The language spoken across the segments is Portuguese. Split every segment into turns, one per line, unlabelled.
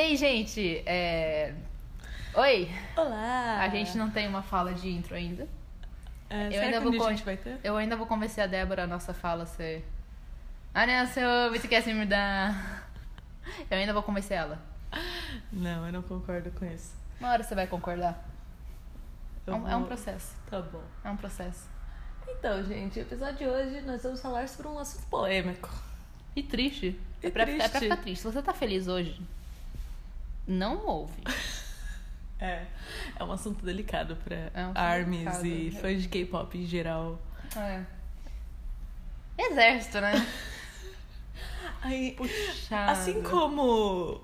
aí, gente? É... Oi!
Olá!
A gente não tem uma fala de intro ainda.
É,
Eu
será
ainda
que
vou
um dia
con-
a gente vai ter?
Eu ainda vou convencer a Débora a nossa fala a ser. Ah, não, seu, você quer se mudar? Eu ainda vou convencer ela.
Não, eu não concordo com isso.
Uma hora você vai concordar. É
Eu
um, é um
vou-
processo.
Tá bom.
É um processo.
Então, gente, o episódio de hoje nós vamos falar sobre um assunto polêmico.
E triste.
E
é, pra, é pra
triste.
ficar triste. Se você tá feliz hoje, não ouve.
É, é um assunto delicado pra
um assunto
armies
delicado. né?
e fãs de K-pop em geral.
É. Exército, né?
Aí,
Puxado.
assim como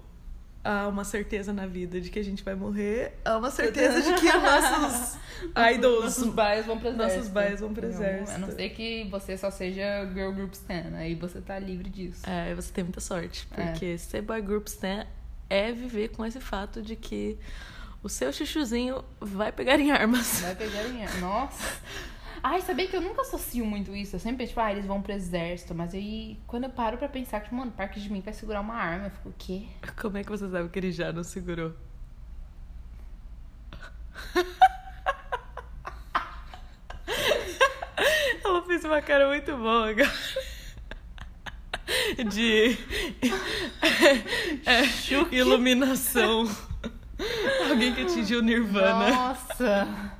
há uma certeza na vida de que a gente vai morrer, há uma certeza de que nossos idols,
Nossos bais vão pro exército.
nossos bais vão pro
Eu-
exército.
A não ser que você só seja Girl Group Stan, aí você tá livre disso.
É, você tem muita sorte,
É.
porque ser boy group stan é viver com esse fato de que o seu chuchuzinho vai pegar em armas.
Vai pegar em... Nossa! Ai, sabia que eu nunca associo muito isso. Eu sempre penso, tipo, ah, eles vão pro exército. Mas aí, quando eu paro pra pensar, tipo, mano, Parque de mim vai segurar uma arma. Eu fico, o quê?
Como é que você sabe que ele já não segurou? Ela fez uma cara muito boa agora. De é, iluminação. Alguém que atingiu Nirvana.
Nossa!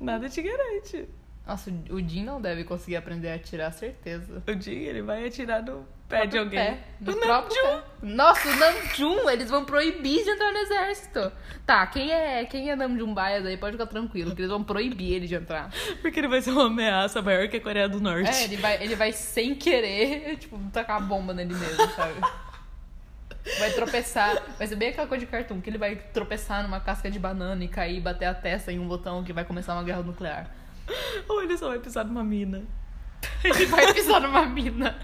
Nada te garante.
Nossa, o Jim não deve conseguir aprender a atirar, certeza.
O Jin, ele vai atirar no pé de alguém.
Pé,
O
do próprio pé. Nossa, o Namjoon, eles vão proibir de entrar no exército. Tá, quem é, quem é Namjoon Bias aí pode ficar tranquilo, que eles vão proibir ele de entrar.
Porque ele vai ser uma ameaça maior que a Coreia do Norte.
É, ele vai, ele vai sem querer, tipo, tacar a bomba nele mesmo, sabe? Vai tropeçar, vai ser bem aquela coisa de cartoon, que ele vai tropeçar numa casca de banana e cair e bater a testa em um botão que vai começar uma guerra nuclear.
Ou ele só vai pisar numa mina.
Ele vai pisar numa mina.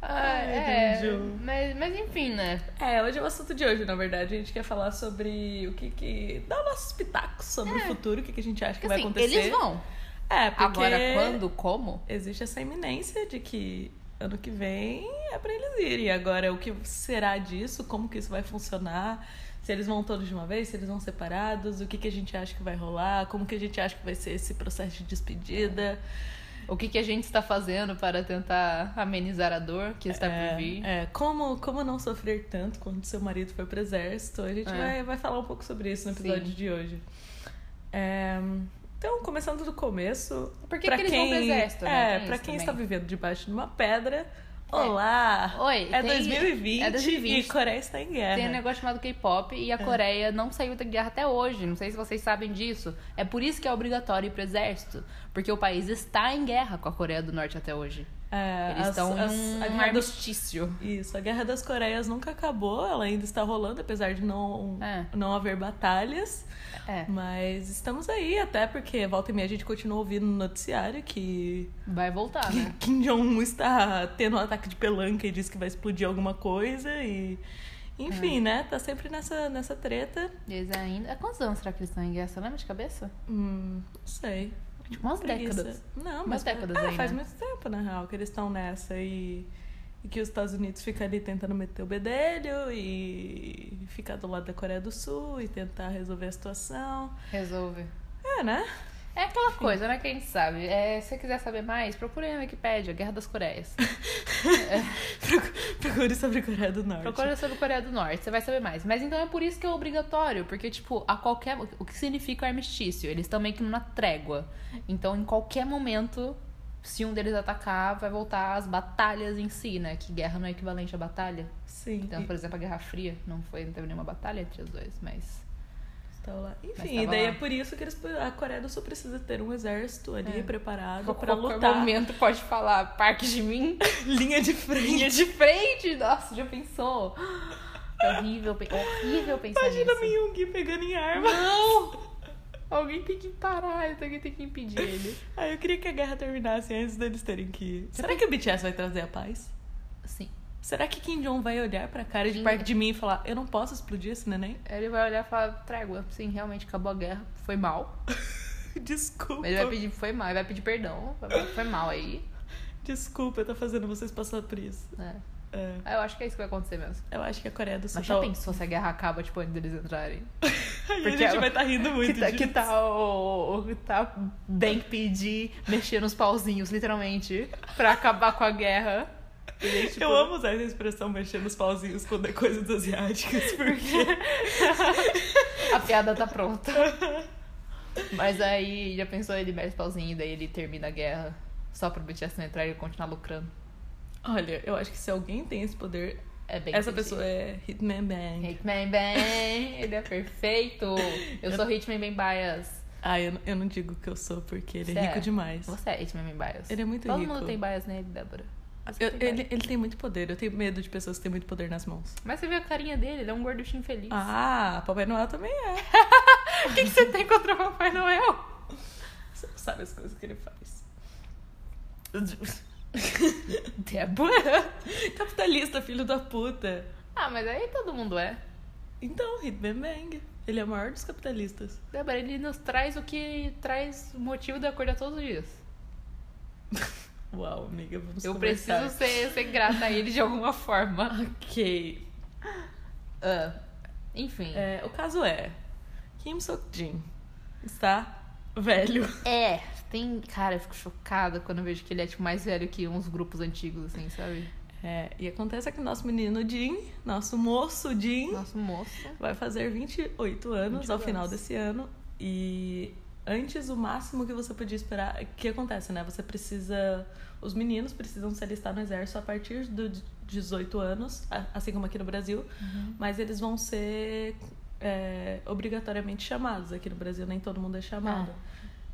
Ai,
Ai,
é,
Namjoon.
mas, mas enfim, né?
É, hoje é o assunto de hoje, na verdade. A gente quer falar sobre o que que... Dar nossos pitacos sobre o futuro, o que que a gente acha que vai
Assim,
acontecer.
eles vão.
É, porque...
Agora, quando, como?
Existe essa iminência de que ano que vem é pra eles irem. Agora, o que será disso? Como que isso vai funcionar? Se eles vão todos de uma vez? Se eles vão separados? O que que a gente acha que vai rolar? Como que a gente acha que vai ser esse processo de despedida?
O que, que a gente está fazendo para tentar amenizar a dor que está por vir?
É, como, como não sofrer tanto quando seu marido foi pro exército? A gente
É.
vai, vai falar um pouco sobre isso no episódio
Sim.
de hoje. É, então, começando do começo.
Por que
pra
que eles vão
quem,
pro exército, né?
É,
Tem
pra
isso
quem
também. É.
está vivendo debaixo de uma pedra. Olá!
Oi,
É
tem-
2020,
é 2020.
e Coreia está em guerra. É,
Tem um negócio chamado K-pop e a Coreia não saiu da guerra até hoje. Não sei se vocês sabem disso. É por isso que é obrigatório ir pro exército. Porque o país está em guerra com a Coreia do Norte até hoje.
É,
Eles
as-
estão
as-
em
a
um
guerra das-
armistício.
Isso, a Guerra das Coreias nunca acabou, ela ainda está rolando, apesar de não,
É.
não haver batalhas.
É.
Mas estamos aí, até porque volta e meia a gente continua ouvindo no noticiário que
Vai voltar, né?
Kim Jong-un está tendo um ataque de pelanca e diz que vai explodir alguma coisa e... Enfim,
É.
né? Tá sempre nessa, nessa treta.
Eles ainda. Há quantos anos será que eles estão em guerra? Você lembra de cabeça? Tipo,
Hum, não sei.
Umas
Preguiça.
décadas.
Não,
Umas
mas...
décadas
ah,
aí,
faz
né?
muito tempo, na real, que eles estão nessa e... E que os Estados Unidos ficam ali tentando meter o bedelho e ficar do lado da Coreia do Sul e tentar resolver a situação.
Resolve.
É, né?
É aquela coisa, né? Que a gente sabe. É, se você quiser saber mais, procure na Wikipédia, Guerra das Coreias.
Procu- Procure sobre a Coreia do Norte.
Procura sobre Coreia do Norte, você vai saber mais. Mas então é por isso que é obrigatório, porque, tipo, a qualquer. O que significa o armistício? Eles estão meio que numa trégua. Então, em qualquer momento, se um deles atacar, vai voltar as batalhas em si, né? Que guerra não é equivalente a batalha.
Sim.
Então,
e-
por exemplo, a Guerra Fria não foi, não teve nenhuma batalha entre os dois, mas.
Estava lá.
Mas
Enfim,
tava
e daí
lá.
é por isso que eles- a Coreia do Sul precisa ter um exército ali
É.
preparado
A
para
qualquer
lutar.
momento pode falar parque de mim,
Linha de frente.
linha de frente. Nossa, já pensou? É horrível, pe- horrível pensar
Imagina
nisso.
Myung pegando em arma.
Não! Alguém tem que parar, então alguém tem que impedir ele.
Ah, eu queria que a guerra terminasse antes deles terem que ir. Será que o BTS vai trazer a paz?
Sim.
Será que Kim Jong vai olhar pra cara de
Kim-
perto de mim e falar: Eu não posso explodir esse neném?
Ele vai olhar e falar, trégua, sim, realmente acabou a guerra, foi mal.
Desculpa.
Ele vai pedir, foi mal, ele vai pedir perdão, vai falar, foi mal aí.
Desculpa, eu tô fazendo vocês passar por isso.
né?
É.
Ah, Eu acho que é isso que vai acontecer mesmo.
Eu acho que a Coreia do Sul
Mas já
tá-
pensou se a guerra acaba, tipo, antes deles entrarem?
Aí
porque
a gente
ela-
vai estar rindo muito
Que tá, que
disso.
tá o, o- tá Bank PD mexendo os pauzinhos, literalmente, pra acabar com a guerra. E daí, tipo,
Eu amo usar essa expressão mexendo os pauzinhos quando é coisas asiáticas, porque
A piada tá pronta. Mas aí, já pensou ele mexe os pauzinhos e daí ele termina a guerra só pro BTS não entrar e continuar lucrando?
Olha, eu acho que se alguém tem esse poder,
É bem
essa
PG.
pessoa é Hitman Bang.
Hitman Bang, ele é perfeito. Eu sou Hitman Bang Bias.
Ah, eu, eu não digo que eu sou, porque ele é
Você
rico
é.
demais.
Você é Hitman Bang Bias.
Ele é muito
Todo
rico.
mundo tem bias nele, Débora. Você
Eu-
tem bias.
ele, ele tem muito poder, eu tenho medo de pessoas que têm muito poder nas mãos.
Mas você vê a carinha dele, ele é um gorduchinho feliz.
Ah, Papai Noel também é.
O que, que você tem contra o Papai Noel?
Você não sabe as coisas que ele faz.
Débora?
Capitalista, filho da puta.
Ah, mas aí todo mundo é.
Então, Hitman Bang. Ele é o maior dos capitalistas.
Débora, ele nos traz o que traz o motivo de acordar todos os dias.
Uau, amiga, vamos
Eu
conversar.
preciso ser, ser grata a ele de alguma forma.
Ok.
Ah, enfim.
É, o caso é... Kim Sok-jin está velho.
É, tem. Cara, eu fico chocada quando eu vejo que ele é tipo, mais velho que uns grupos antigos, assim, sabe?
É, e acontece que nosso menino Jin, nosso moço Jin,
Nosso moço.
vai fazer 28 anos
28
ao final
anos.
desse ano. E antes, o máximo que você podia esperar. O que acontece, né? Você precisa. Os meninos precisam se alistar no exército a partir dos 18 anos, a- assim como aqui no Brasil. Mas eles vão ser é, obrigatoriamente chamados. Aqui no Brasil, nem todo mundo é chamado.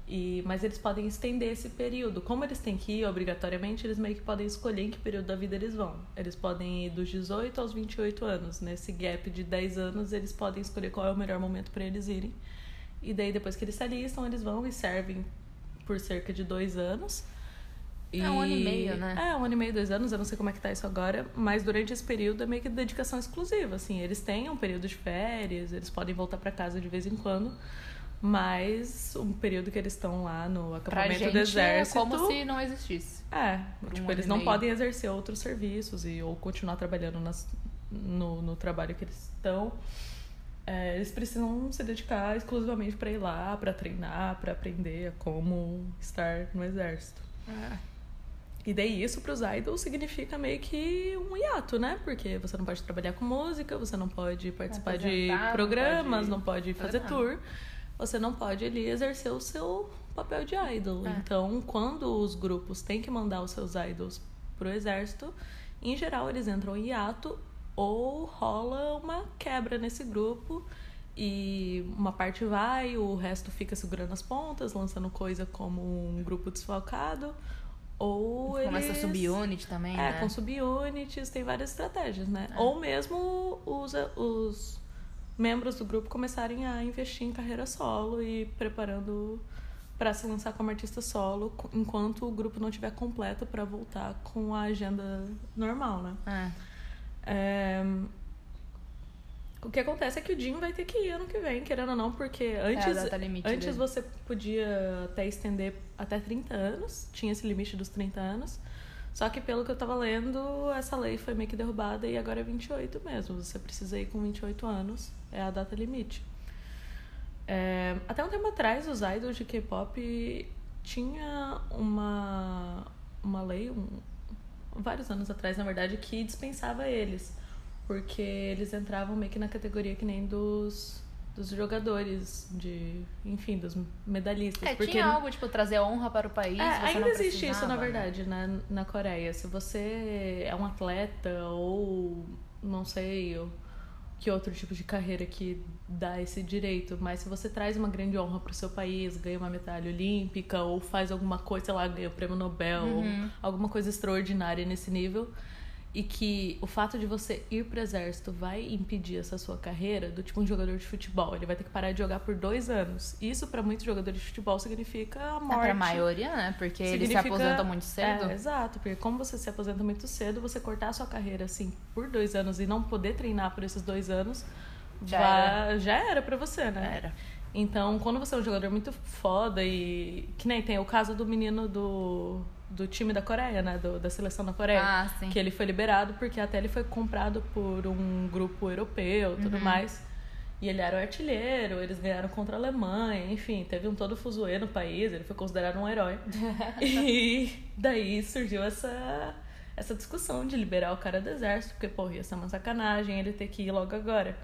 E, mas eles podem estender esse período. Como eles têm que ir obrigatoriamente, eles meio que podem escolher em que período da vida eles vão. Eles podem ir dos 18 aos 28 anos. Nesse gap de 10 anos, eles podem escolher qual é o melhor momento para eles irem. E daí, depois que eles se alistam, eles vão e servem por cerca de dois anos.
É, um ano e meio, né?
É, um ano e meio, dois anos, eu não sei como é que tá isso agora, mas durante esse período é meio que dedicação exclusiva, assim, eles têm um período de férias, eles podem voltar pra casa de vez em quando, mas um período que eles estão lá no
Pra
acampamento do
gente é
exército...
como se não existisse.
É,
por um
tipo,
ano
eles
e
não
meio.
podem exercer outros serviços e, ou continuar trabalhando nas, no, no trabalho que eles estão. É, eles precisam se dedicar exclusivamente pra ir lá, pra treinar, pra aprender a como estar no exército. É. E daí isso pros idols significa meio que um hiato, né? Porque você não pode trabalhar com música, você não pode participar de
apresentar, não
programas,
pode
não pode
fazer
fazer
nada.
tour. Você não pode ali exercer o seu papel de idol.
É.
Então, quando os grupos têm que mandar os seus idols pro exército, em geral eles entram em hiato ou rola uma quebra nesse grupo e uma parte vai, o resto fica segurando as pontas, lançando coisa como um grupo desfalcado. Ou
Começa a
eles-
subir unit também,
é,
né?
com subunits, tem várias estratégias, né?
É.
Ou mesmo os, os membros do grupo começarem a investir em carreira solo e preparando pra se lançar como artista solo co- enquanto o grupo não tiver completo pra voltar com a agenda normal, né?
É.
É, O que acontece é que o Jim vai ter que ir ano que vem, querendo ou não, porque antes,
É, a data limite
antes
dele.
você podia até estender até 30 anos, tinha esse limite dos 30 anos. Só que pelo que eu tava lendo, essa lei foi meio que derrubada e agora é 28 mesmo. Você precisa ir com 28 anos, é a data limite. É, até um tempo atrás, os idols de K-pop tinha uma, uma lei, um- vários anos atrás, na verdade, que dispensava eles. Porque eles entravam meio que na categoria que nem dos, dos jogadores, de enfim, dos medalhistas.
É,
porque
tinha algo, tipo, trazer honra para o país.
é,
você não
ainda existe isso,
precisava,
na
né?
verdade, na, na Coreia. Se você é um atleta ou não sei ou que outro tipo de carreira que dá esse direito, mas se você traz uma grande honra pro seu país, ganha uma medalha olímpica ou faz alguma coisa, sei lá, ganha o prêmio Nobel,
Uhum.
ou alguma coisa extraordinária nesse nível, e que o fato de você ir pro exército vai impedir essa sua carreira, do tipo um jogador de futebol, ele vai ter que parar de jogar por dois anos. Isso pra muitos jogadores de futebol significa a
É,
morte.
pra maioria, né? Porque eles se
Significa-
aposentam muito cedo.
É, exato, porque como você se aposenta muito cedo, você cortar a sua carreira assim por dois anos e não poder treinar por esses dois anos,
Já
vá- já era pra você, né?
Já era.
Então, quando você é um jogador muito foda e. Que nem tem o caso do menino do. do time da Coreia, né? Do, da seleção da Coreia.
Ah, sim.
Que ele foi liberado porque até ele foi comprado por um grupo europeu e
Uhum.
tudo mais. E ele era o artilheiro, eles ganharam contra a Alemanha, enfim, teve um todo fuzuê no país, ele foi considerado um herói. e daí surgiu essa, essa discussão de liberar o cara do exército, porque, porra, ia ser uma sacanagem ele ter que ir logo agora.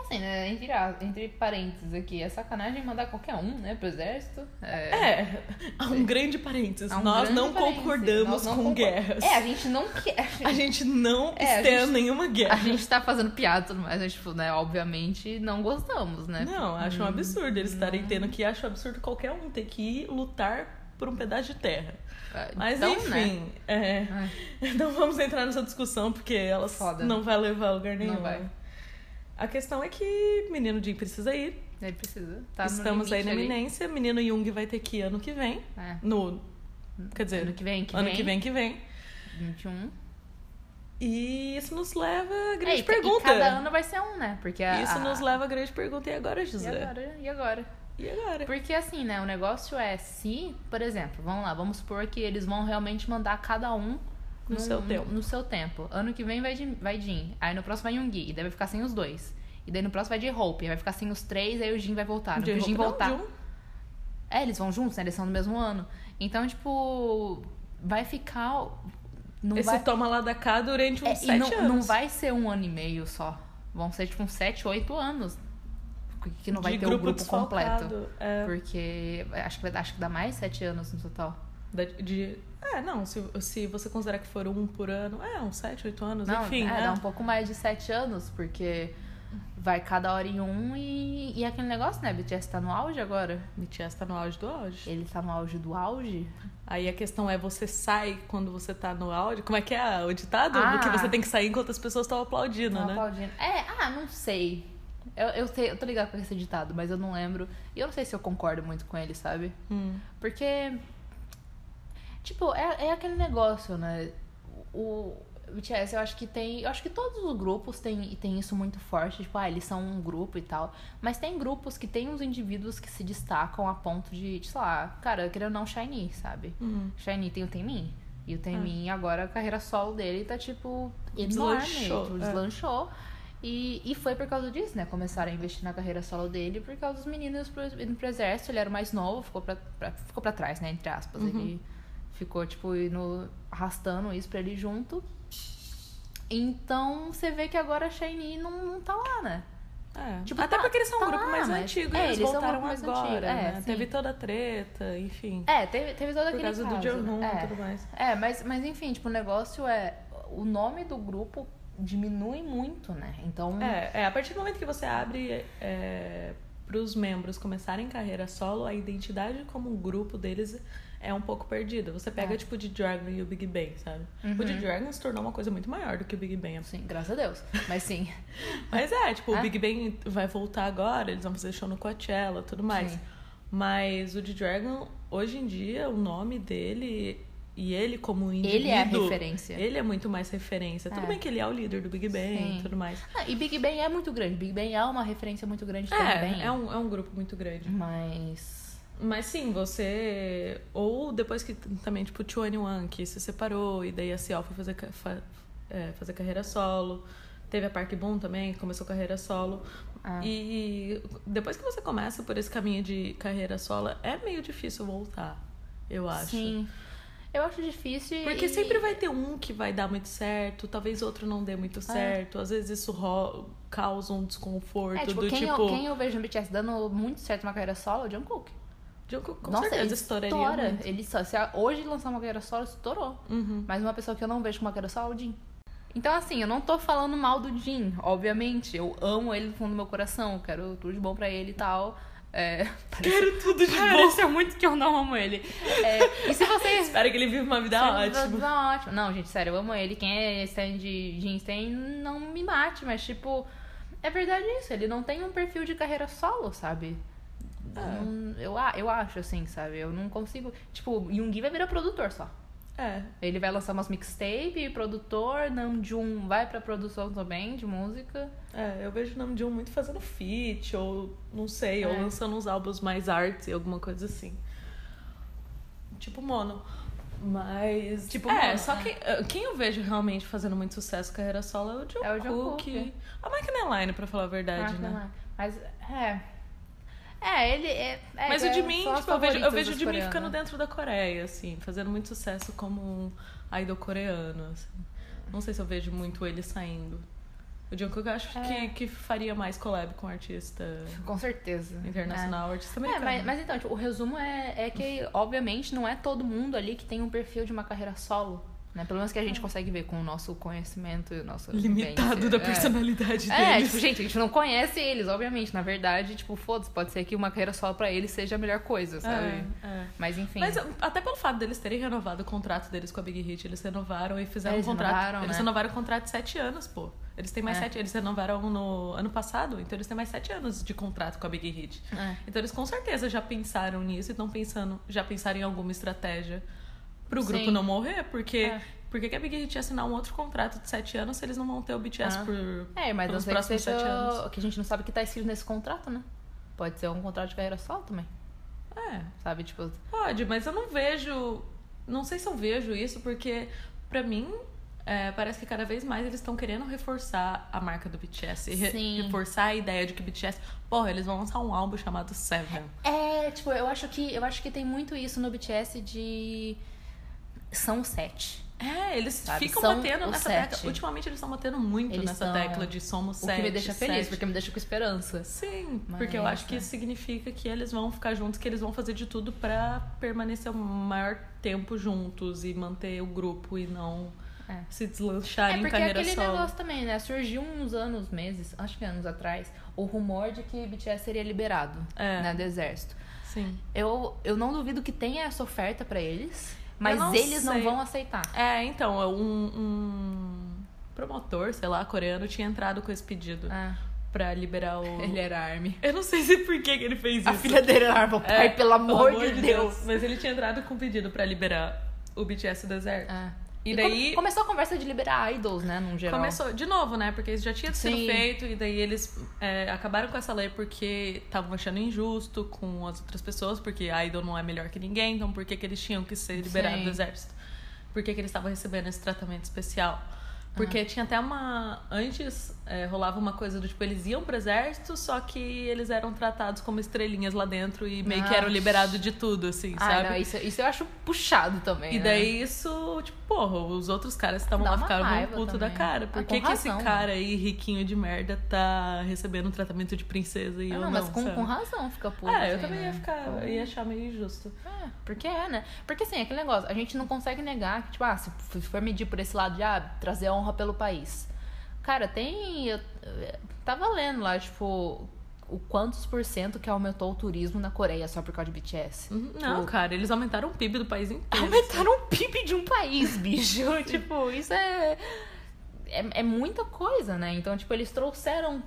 Assim, né? Entre, a- entre parênteses aqui, é sacanagem mandar qualquer um, né, pro exército. É.
É, há um grande parênteses.
há um
Nós
grande
não
parênteses.
concordamos
Nós não
com
concor-
guerras.
É, a gente não quer.
A gente não
É, a
está em
gente-
nenhuma
A
guerra.
gente tá fazendo piada e tudo mais, mas, tipo, né, obviamente não gostamos, né?
Não, acho um absurdo eles estarem tendo que acho absurdo qualquer um ter que ir lutar por um pedaço de terra.
É,
Mas
então, né?
enfim, é,
Ai,
não vamos entrar nessa discussão porque ela
Foda.
não vai levar a lugar nenhum.
vai.
A questão é que menino Jim precisa ir.
Ele precisa. Tá no
Estamos aí na
limite ali.
iminência. Menino Jung vai ter que ir ano que vem.
É.
No, quer dizer,
Ano que vem, que
ano
vem.
que vem que vem.
21.
E isso nos leva à
É,
grande
e ca-
pergunta.
E cada ano vai ser um, né? Porque a,
Isso
a-
nos leva à grande pergunta. E agora,
E
José?
agora? E agora?
E agora?
Porque assim, né? O negócio é se, por exemplo, vamos lá, vamos supor que eles vão realmente mandar cada um
No
num-
seu tempo.
No seu tempo. Ano que vem vai, Jin- vai Jin. Aí no próximo vai Yoongi. E daí vai ficar sem os dois. E daí no próximo vai de Hope. Aí vai ficar sem os três, aí o Jin vai voltar. No que o Jin
roupa, não,
voltar.
de um.
É, eles vão juntos, né? Eles são do mesmo ano. Então, tipo, vai ficar. Não
Esse
vai...
toma lá da cá durante uns
É,
sete
e não,
anos.
não vai ser um ano e meio só. Vão ser tipo uns 7, 8 anos. que- Que não vai
de
ter o grupo completo.
desfalcado, É,
Porque acho que, vai, acho que dá mais 7 anos no total.
da- de... é, não, se, se você considerar que for um por ano, é, uns sete, oito anos,
Não,
enfim.
é,
né?
dá um pouco mais de 7 anos, porque vai cada hora em um e, e aquele negócio, né? BTS tá no auge agora.
BTS tá no auge do auge.
Ele tá no auge do auge.
Aí a questão é, você sai quando você tá no auge? Como é que é o ditado?
Ah.
Que você tem que sair enquanto as pessoas estão aplaudindo,
Tão
né?
aplaudindo. É, ah, não sei. Eu, eu, sei, eu tô ligada com esse ditado, mas eu não lembro. E eu não sei se eu concordo muito com ele, sabe?
Hum.
Porque. Tipo, é, é aquele negócio, né? O. o BTS, eu acho que tem. Eu acho que todos os grupos têm, têm isso muito forte. Tipo, ah, eles são um grupo e tal. Mas tem grupos que tem uns indivíduos que se destacam a ponto de, de, sei lá, cara, querendo ou não, Shiny, sabe?
Hum.
Shiny tem o Temin. E o
Ah.
Temin, agora a carreira solo dele tá, tipo, enorme.
Deslanchou,
Deslanchou.
é.
deslanchou. E, e foi por causa disso, né? Começaram a investir na carreira solo dele por causa dos meninos pro, indo pro exército. Ele era o mais novo, ficou pra, pra- ficou pra trás, né? Entre aspas.
Uhum.
Ele ficou, tipo, indo, arrastando isso pra ele junto. Então, você vê que agora a Shiny não, não tá lá, né?
É.
Tipo,
Até
tá-
porque eles são um
tá
grupo
lá,
mais
mas-
antigo
é,
e eles,
eles são um
voltaram
grupo mais
agora,
antigo, é,
né?
sim.
Teve toda a treta, enfim.
É, teve, teve todo
por
aquele
causa do
caso.
Jong-hoon e
é.
tudo mais.
É, mas, mas enfim, tipo, o negócio é. O nome do grupo diminui muito, né? Então.
É, é, a partir do momento que você abre para os membros começarem carreira solo, a identidade como um grupo deles é um pouco perdida. Você pega
É. Uhum.
tipo o de Dragon e o Big Bang, sabe? O de Dragon se tornou uma coisa muito maior do que o Big Bang.
Sim, graças a Deus. Mas sim.
Mas é, tipo,
É.
o Big Bang vai voltar agora, eles vão fazer show no Coachella, tudo mais.
Sim.
Mas o de Dragon, hoje em dia, o nome dele e ele como indivíduo...
Ele é a referência.
Ele é muito mais referência. Tudo
É.
bem que ele é o líder do Big Bang e
Sim.
tudo mais.
Ah, e Big Bang é muito grande. Big Bang é uma referência muito grande também.
É, é um, é um grupo muito grande.
Mas.
Mas sim, você. Ou depois que t- também, tipo, o 21 que se separou, e daí a Ciel foi fazer, ca- fa- é, fazer carreira solo. Teve a Park Boom também, que começou carreira solo.
Ah.
E depois que você começa por esse caminho de carreira solo, é meio difícil voltar, eu acho.
Sim. Eu acho difícil.
Porque
e-
sempre vai ter um que vai dar muito certo, talvez outro não dê
É.
muito certo. Às vezes isso ro- causa um desconforto
É, tipo,
do
quem,
tipo.
Eu, quem eu vejo no BTS dando muito certo uma carreira solo é o Jungkook.
Jungkook, com
Nossa,
certeza
ele
estouraria
estoura.
muito.
Ele só, se a- hoje lançar uma carreira solo, estourou.
Uhum.
Mas uma pessoa que eu não vejo com uma cara só é o Jin. Então, assim, eu não tô falando mal do Jin, obviamente. Eu amo ele no fundo do meu coração, quero tudo de bom pra ele e tal. É, parece,
Quero tudo de bom.
parece muito que eu não amo ele. É, e se vocês.
Espero que ele viva uma vida ótima.
Tá ótimo. Não, gente, sério, eu amo ele. Quem é stand de Jin Stein, não me mate, mas tipo, é verdade isso. Ele não tem um perfil de carreira solo, sabe?
É.
Não- eu, a- eu acho assim, sabe? Eu não consigo. Tipo, Yoongi vai virar produtor só.
É.
Ele vai lançar umas mixtape, produtor, Namjoon vai pra produção também de música.
É, eu vejo o nome de um muito fazendo feat, ou não sei, ou
É.
lançando uns álbuns mais arts e alguma coisa assim. Tipo mono. Mas.
Tipo,
é,
mano,
só
né?
que uh, quem eu vejo realmente fazendo muito sucesso carreira solo é o John,
É o John
Cook.
Cook.
A McNeline, pra falar a verdade,
Mark
né?
Lamar. Mas, é. É, ele é. é,
Mas
é,
o Jimin,
são os
tipo, eu vejo, eu
favoritos
vejo o
dos
Jimin
coreanos.
ficando dentro da Coreia, assim, fazendo muito sucesso como um idol coreano, assim. Não sei se eu vejo muito ele saindo. O Jungkook eu acho
É.
que, que faria mais collab com artista
Com certeza.
internacional,
É,
artista americano.
mas, mas então, tipo, o resumo é, é que, obviamente, não é todo mundo ali que tem um perfil de uma carreira solo. Né? Pelo menos que a gente consegue ver com o nosso conhecimento e o nosso.
Limitado da
vivência.
personalidade
É. É,
deles.
tipo, gente, a gente não conhece eles, obviamente. Na verdade, tipo, foda-se, pode ser que uma carreira solo pra eles seja a melhor coisa, sabe?
É, é.
Mas enfim.
Mas até pelo fato deles terem renovado o contrato deles com a Big Hit, eles renovaram e fizeram
Eles
um contrato.
renovaram,
eles
né?
renovaram o contrato de sete anos, pô. Eles têm mais
É.
sete. Eles renovaram um no ano passado, então eles têm mais sete anos de contrato com a Big Hit.
É.
Então eles com certeza já pensaram nisso e estão pensando, já pensaram em alguma estratégia pro grupo
Sim.
não morrer, porque.
É.
Por que que a Big Hit ia assinar um outro contrato de sete anos se eles não vão ter o BTS
Ah.
por.
É, mas não
pelos
sei que,
próximos
seja,
sete anos?
que a gente não sabe o que tá escrito nesse contrato, né? Pode ser um contrato de carreira solo também,
É.
sabe? Tipo,
Pode, mas eu não vejo. Não sei se eu vejo isso, porque pra mim. é, parece que cada vez mais eles estão querendo reforçar a marca do BTS. e re-
Sim.
reforçar a ideia de que BTS. Porra, eles vão lançar um álbum chamado Seven.
É, tipo, eu acho que eu acho que tem muito isso no BTS de são sete.
É, eles
Sabe,
ficam
são
batendo
os
nessa
sete.
tecla. Ultimamente eles estão batendo muito
Eles
nessa
são-
tecla de somos
O
sete.
que me deixa feliz,
sete.
porque me deixa com esperança.
Sim,
Mas,
porque eu acho que
né.
isso significa que eles vão ficar juntos, que eles vão fazer de tudo pra permanecer o maior tempo juntos e manter o grupo e não
É.
se
é
deslanchar em
porque é
carreira
aquele
solo.
negócio também, né? Surgiu uns anos, meses, acho que anos atrás, o rumor de que BTS seria liberado
É.
né, do exército.
Sim.
Eu, eu não duvido que tenha essa oferta pra eles, mas
não
eles não
sei.
vão aceitar.
É, então, é um, um promotor, sei lá, coreano, tinha entrado com esse pedido
Ah,
pra liberar o.
ele era Army.
Eu não sei se por que que ele fez isso.
A filha dele era Army,
É,
pai, pelo amor, de Deus.
Mas ele tinha entrado com um pedido pra liberar o BTS do deserto.
Ah.
E
come-
daí-
começou a conversa de liberar idols, né? Num geral.
Começou de novo, né? Porque isso já tinha sido
Sim.
feito, e daí eles é, acabaram com essa lei porque estavam achando injusto com as outras pessoas, porque a Idol não é melhor que ninguém, então por que, que eles tinham que ser liberados
Sim.
do exército? Por que, que eles estavam recebendo esse tratamento especial?
Ah.
Porque tinha até uma. Antes é, rolava uma coisa do tipo, eles iam pro exército, só que eles eram tratados como estrelinhas lá dentro e meio que eram
Ah.
liberados de tudo, assim,
Ah,
sabe?
não, isso, isso eu acho puxado também.
E
né?
daí isso, tipo, porra, os outros caras que estavam
Dá
lá
uma
ficaram um
raiva
puto
também.
da cara. Por
Ah,
que,
com
que esse
razão.
cara aí, riquinho de merda, tá recebendo um tratamento de princesa e
Ah,
eu
não,
não,
mas com,
sabe?
com razão fica puto.
Ah, eu
assim,
também
né?
ia ficar, ia achar meio injusto.
É, porque é, né? Porque assim, é aquele negócio, a gente não consegue negar que, tipo, ah, se f- for medir por esse lado de ah, trazer honra pelo país. Cara, tem. Eu, eu tava lendo lá, tipo, o quantos por cento que aumentou o turismo na Coreia só por causa de BTS.
Não, cara, eles aumentaram o PIB do país inteiro.
Aumentaram o PIB de um país, bicho. tipo, isso é, é. é muita coisa, né? Então, tipo, eles trouxeram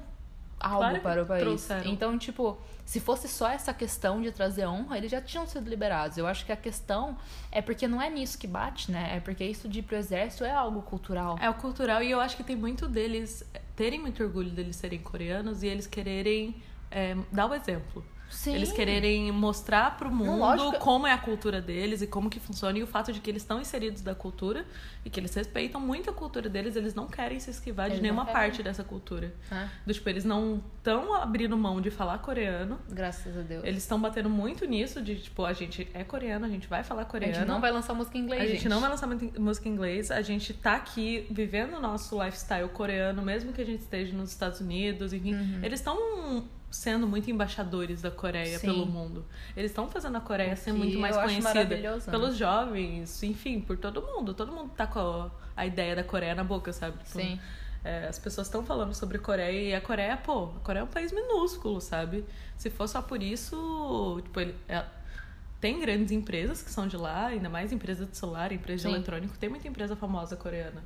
algo
Claro que
para o país.
trouxeram.
Então, tipo, se fosse só essa questão de trazer honra, eles já tinham sido liberados. Eu acho que a questão é porque não é nisso que bate, né? É porque isso de ir pro exército é algo cultural.
É o cultural, e eu acho que tem muito deles terem muito orgulho deles serem coreanos e eles quererem é, dar o exemplo.
Sim.
Eles quererem mostrar pro mundo
lógico.
como é a cultura deles e como que funciona. E o fato de que eles estão inseridos da cultura e que eles respeitam muito a cultura deles, eles não querem se esquivar
Eles
de
não
nenhuma
querem.
parte dessa cultura.
né?
Do tipo, eles não estão abrindo mão de falar coreano.
Graças a Deus.
Eles estão batendo muito nisso de, tipo, a gente é coreano, a gente vai falar
A
coreano.
gente não vai lançar música em inglês.
A gente, não vai lançar muito- música em inglês, a gente tá aqui vivendo o nosso lifestyle coreano, mesmo que a gente esteja nos Estados Unidos, enfim.
Uhum.
Eles estão sendo muito embaixadores da Coreia
Sim.
pelo mundo. Eles estão fazendo a Coreia
O
ser
que
muito mais
eu acho
conhecida
maravilhoso, né?
pelos jovens, enfim, por todo mundo. Todo mundo tá com a, a ideia da Coreia na boca, sabe? Tipo,
Sim.
é, as pessoas estão falando sobre Coreia e a Coreia, pô, a Coreia é um país minúsculo, sabe? Se for só por isso, tipo, ele, é- tem grandes empresas que são de lá, ainda mais empresa de celular, empresa
Sim.
de eletrônico, tem muita empresa famosa coreana.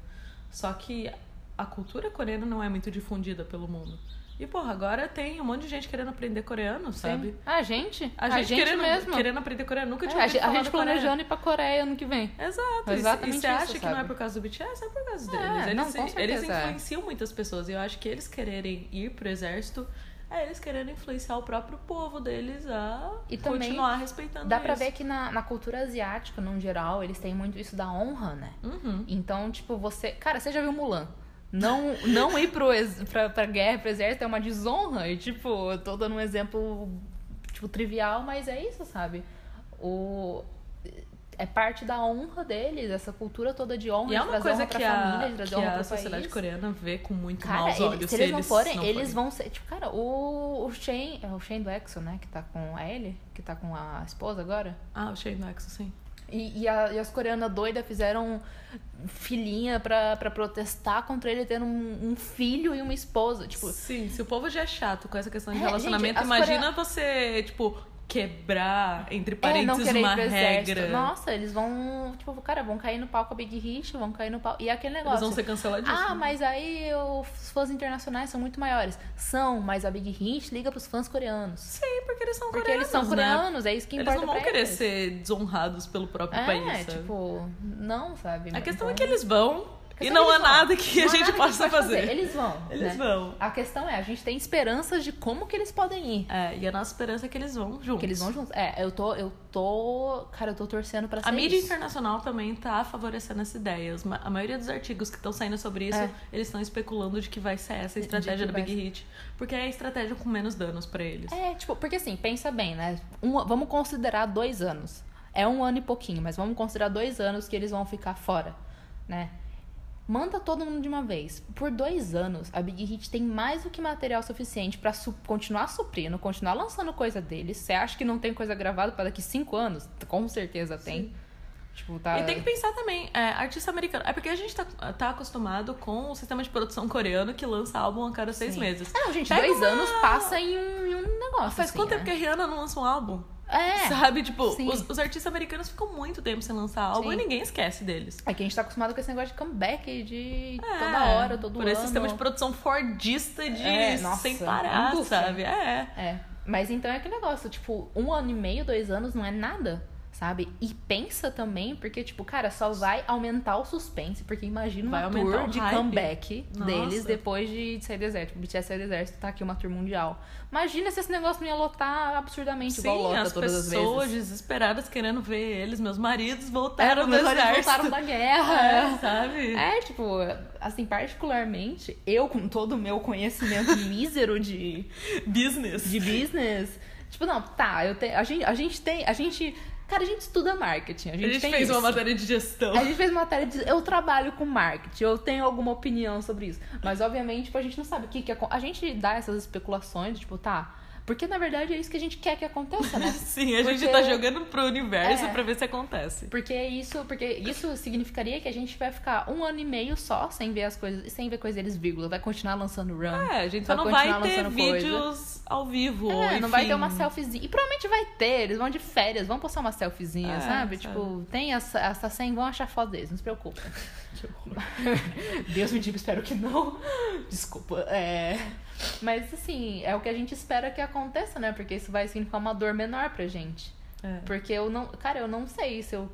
Só que a cultura coreana não é muito difundida pelo mundo. E, porra, agora tem um monte de gente querendo aprender coreano, sabe?
Sim. A gente?
A gente, querendo,
mesmo.
querendo aprender coreano, Então nunca
É,
tinha
a gente, a
ouvido falar
gente
da Coreia.
planejando ir pra Coreia ano que vem.
Exato, e-
Exatamente
e você
isso,
acha que não é
sabe?
por causa do BTS, é por causa
É,
deles. eles,
não, com
eles
certeza, é.
influenciam muitas pessoas. E eu acho que eles quererem ir pro exército é eles querendo influenciar o próprio povo deles a
E também
continuar respeitando
Dá pra
é isso.
ver que na, na cultura asiática, no geral, eles têm muito isso da honra, né?
Uhum.
Então, tipo, você. Cara, você já viu Mulan? Não, não ir pro ex... pra, pra guerra, pro exército é uma desonra. E, tipo, eu tô dando um exemplo, tipo, trivial, mas é isso, sabe? O. É parte da honra deles, essa cultura toda de honra,
E é
de
uma
trazer
coisa
honra pra
que a,
família, de trazer
que
honra
a
pro
sociedade
país.
coreana vê com muito
Cara,
maus
ele-
olhos.
se eles não forem, eles
forem.
vão ser. Tipo, cara, o, o Shane. É o Shane do Exo, né? Que tá com a Ellie, que tá com a esposa agora.
Ah, o Shane Nexo, sim.
E, e, a- e as coreanas doidas fizeram filhinha pra, pra protestar contra ele tendo um, um filho e uma esposa. Tipo,
Sim, se o povo já é chato com essa questão de
É,
relacionamento,
gente, as
imagina você, tipo, quebrar, entre
é, não
parênteses,
querer ir
uma
pro exército.
regra.
Nossa, eles vão. Tipo, cara, vão cair no pau com a Big Hit, vão cair no pau. E é aquele negócio.
Eles vão ser canceladíssimos.
Ah, mas aí os fãs internacionais são muito maiores. São, mas a Big Hit liga pros fãs coreanos.
Sim, porque eles são
Porque
coreanos,
eles são
né?
coreanos, é isso que
Eles
importa.
não vão
pra
querer
eles.
ser desonrados pelo próprio
É,
país, sabe?
tipo, não, sabe?
A questão é
Então-
que eles vão
A
e
questão
não
é que
há
eles vão.
nada que a
Não há nada
gente
que
possa
pode
fazer.
Eles vão. né?
Eles vão.
A questão é, a gente tem esperanças de como que eles podem ir.
É, e a nossa esperança é que eles vão juntos.
Que eles vão juntos. É, eu tô, eu tô. Cara, eu tô torcendo pra ser
A mídia
isso.
internacional também tá favorecendo essa ideia. Os ma- A maioria dos artigos que estão saindo sobre isso,
É.
eles estão especulando de que vai ser essa a
De- de
estratégia
que
da
vai
Big Hit. Porque é a estratégia com menos danos pra eles.
É, tipo, porque assim, pensa bem, né? Um- vamos considerar dois anos. É um ano e pouquinho, mas vamos considerar dois anos que eles vão ficar fora, né? Manda todo mundo de uma vez. Por dois anos, a Big Hit tem mais do que material suficiente pra su- continuar suprindo, continuar lançando coisa deles. Você acha que não tem coisa gravada pra daqui cinco anos? Com certeza tem. Tipo, tá.
E tem que pensar também, é, artista americano. É porque a gente tá, tá acostumado com o sistema de produção coreano que lança álbum a cada seis
Sim.
meses.
Não, gente,
Pega
dois
uma-
anos passa em um, em um negócio.
Faz
assim,
quanto
né?
tempo que a Rihanna não lança um álbum?
É.
Sabe? Tipo,
Sim.
os, os artistas americanos ficam muito tempo sem lançar álbum
Sim.
e ninguém esquece deles.
É que a gente tá acostumado com esse negócio de comeback de toda
É,
hora, todo
Por
ano.
esse sistema de produção fordista de
É, nossa,
sem parar,
indústria.
sabe? É.
É. Mas então é aquele negócio, tipo, um ano e meio, dois anos não é nada, sabe? E pensa também, porque, tipo, cara, só vai aumentar o suspense, porque imagina
Vai
uma
aumentar
tour
o
de
hype.
comeback
Nossa.
deles depois de sair do exército. O BTS sair do exército, tá aqui uma tour mundial. Imagina se esse negócio não ia lotar absurdamente, igual
Sim,
lota
as
todas as vezes.
pessoas desesperadas querendo ver eles, meus maridos
Era,
voltaram do
mas eles
exército.
voltaram da guerra.
É, sabe?
É, tipo, assim, particularmente, eu com todo o meu conhecimento mísero de,
Business.
de business, tipo, não, tá, eu te, a, gente, a gente tem, a gente, cara, a gente estuda marketing, a
A
gente,
gente,
tem
fez uma
isso. É.
matéria de gestão.
A gente fez uma matéria de. Eu trabalho com marketing, eu tenho alguma opinião sobre isso. Mas, obviamente, tipo, a gente não sabe o que, que acon- A gente dá essas especulações, tipo, tá. Porque, na verdade, é isso que a gente quer que aconteça, né?
Sim, a gente
Porque-
tá jogando pro universo
É.
pra ver se acontece.
Porque isso, porque isso significaria que a gente vai ficar um ano e meio só sem ver as coisas, sem ver coisa deles, vírgula, vai continuar lançando run.
É, a gente só
vai
não
continuar
vai ter
lançando coisa.
vídeos ao vivo.
É,
enfim.
não vai ter uma selfiezinha. E provavelmente vai ter, eles vão de férias, vão postar uma selfiezinha,
É,
sabe?
sabe.
Tipo, tem essa, essa 100, vão achar foto deles, não se preocupa. Deus me diga, espero que não. Desculpa. É... Mas assim, é o que a gente espera que aconteça, né? Porque isso vai significar uma dor menor pra gente.
É.
Porque eu não. Cara, eu não sei se eu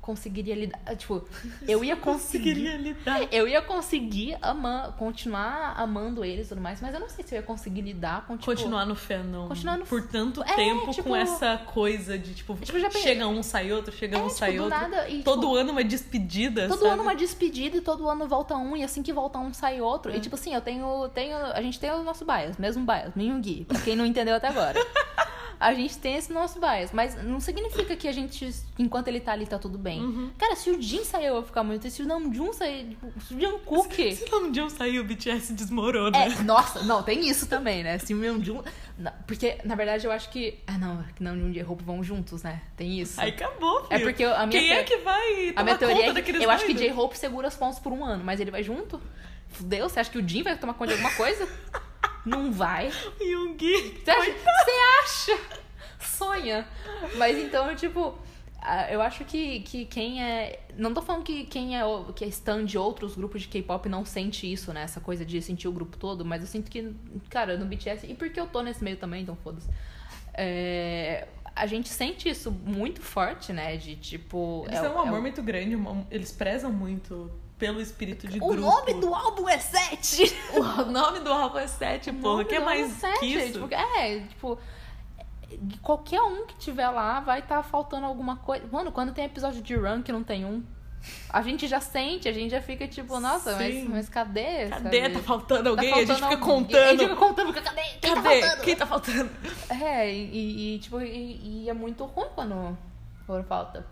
conseguiria lidar. ah, Tipo, eu ia conseguir. é,
Conseguiria lidar.
Eu ia conseguir amar, continuar amando eles e tudo mais, mas eu não sei se eu ia conseguir lidar com tipo,
Continuar no fandom
continuar no-
por tanto
É,
tempo
tipo-
com essa coisa de tipo,
Tipo, já pensei-
chega um, sai outro, chega
É,
um,
tipo,
sai
do
outro.
nada. E,
Todo
tipo,
ano uma despedida.
Todo
sabe?
ano uma despedida e todo ano volta um, e assim que volta um sai outro.
É.
E tipo assim, eu tenho, tenho. A gente tem o nosso bias, mesmo bias, nenhum Gui, pra quem não entendeu até agora. A gente tem esse nosso bias, mas não significa que a gente, enquanto ele tá ali, tá tudo bem.
Uhum.
Cara, se o Jin sair, eu vou ficar muito. Se o Namjoon sair, tipo, se o Jungkook...
Se não um dia eu sair, o BTS desmorona.
É, nossa, não, tem isso também, né? Se o Namjoon... na- Porque, na verdade, eu acho que... Ah, não, que Namjoon e Hope vão juntos, né? Tem isso.
Aí acabou,
É
filho.
porque a minha...
Quem
te-
é que vai
A
tomar
minha teoria
conta
é que
daqueles
eu acho que
dois?
J-Hope segura as pontas por um ano, mas ele vai junto? Fudeu, você acha que o Jim vai tomar conta de alguma coisa? Não vai.
É Yoongi.
Você acha? Você acha? Sonha. Mas então, tipo, ah, eu acho que, que quem é. Não tô falando que quem é, o- que é stan de outros grupos de K-pop não sente isso, né? Essa coisa de sentir o grupo todo, mas eu sinto que, cara, no BTS. E porque eu tô nesse meio também, então foda-se. É, a gente sente isso muito forte, né? De tipo.
Eles
é o-
têm um
é o-
amor muito grande, uma- eles prezam muito pelo espírito de
O
grupo.
nome do álbum é Sete!
O nome do álbum é 7, porra. O
Nome
que
do
mais
álbum é
que
Sete,
isso?
Tipo, é, tipo... Qualquer um que tiver lá vai estar faltando alguma coisa. Mano, quando tem episódio de Run que não tem um, a gente já sente, a gente já fica tipo, nossa, mas,
Sim.
mas cadê?
Cadê?
sabe?
Tá faltando
Tá
alguém? a gente
faltando
fica
alguém. A gente
contando.
fica contando, fica, cadê? Quem
Cadê?
tá faltando?
Quem tá faltando?
É, e, e, tipo, e, e é muito ruim quando, quando falta.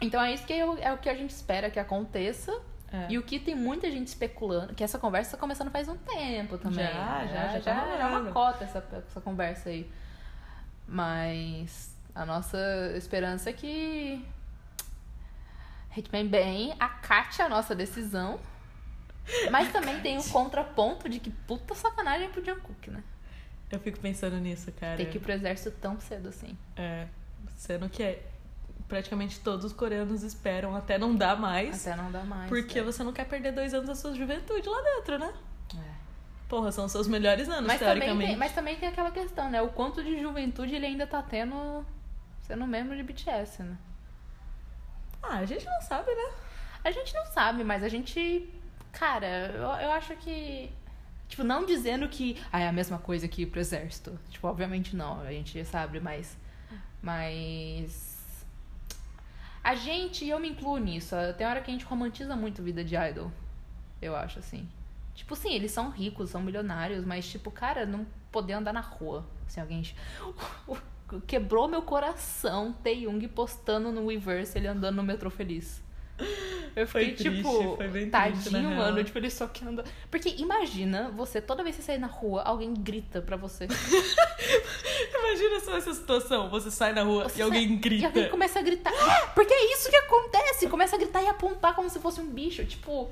Então é isso que eu- é o que a gente espera que aconteça.
É.
E o que tem muita gente especulando, que essa conversa tá começando faz um tempo também.
Já,
né?
já, já tá
já, já é uma
rolando.
cota essa, essa conversa aí. Mas a nossa esperança é que Hitman bem acate a nossa decisão. Mas também tem o contraponto de que puta sacanagem pro Jungkook, né?
Eu fico pensando nisso, cara.
Ter que ir pro exército tão cedo assim.
É, sendo que é- praticamente todos os coreanos esperam até não dar mais.
Até não dá mais.
porque
né?
você não quer perder dois anos da sua juventude lá dentro, né?
É.
Porra, são seus melhores anos,
Mas também,
teoricamente.
tem, mas também tem aquela questão, né? O quanto de juventude ele ainda tá tendo sendo membro de BTS, né?
Ah, a gente não sabe, né?
A gente não sabe, mas a gente. Cara, eu, eu acho que. Tipo, não dizendo que. Ah, é a mesma coisa que ir pro exército. Tipo, obviamente não, a gente sabe, mas. Mas. A gente, e eu me incluo nisso, tem hora que a gente romantiza muito a vida de idol. Eu acho, assim. Tipo, sim, eles são ricos, são milionários, mas, tipo, cara, não poder andar na rua sem alguém. Quebrou meu coração Taeyong postando no Weverse ele andando no metrô feliz. Eu
Foi
fiquei,
triste,
tipo,
foi bem triste,
tadinho,
na real.
mano. Tipo, ele só quer andar. Porque imagina você, toda vez que você sair na rua, alguém grita pra você.
Imagina só essa situação. Você sai na rua
Você
e alguém
sai-
grita.
E alguém começa a gritar. "Ah!" Porque é isso que acontece. Começa a gritar e apontar como se fosse um bicho. Tipo.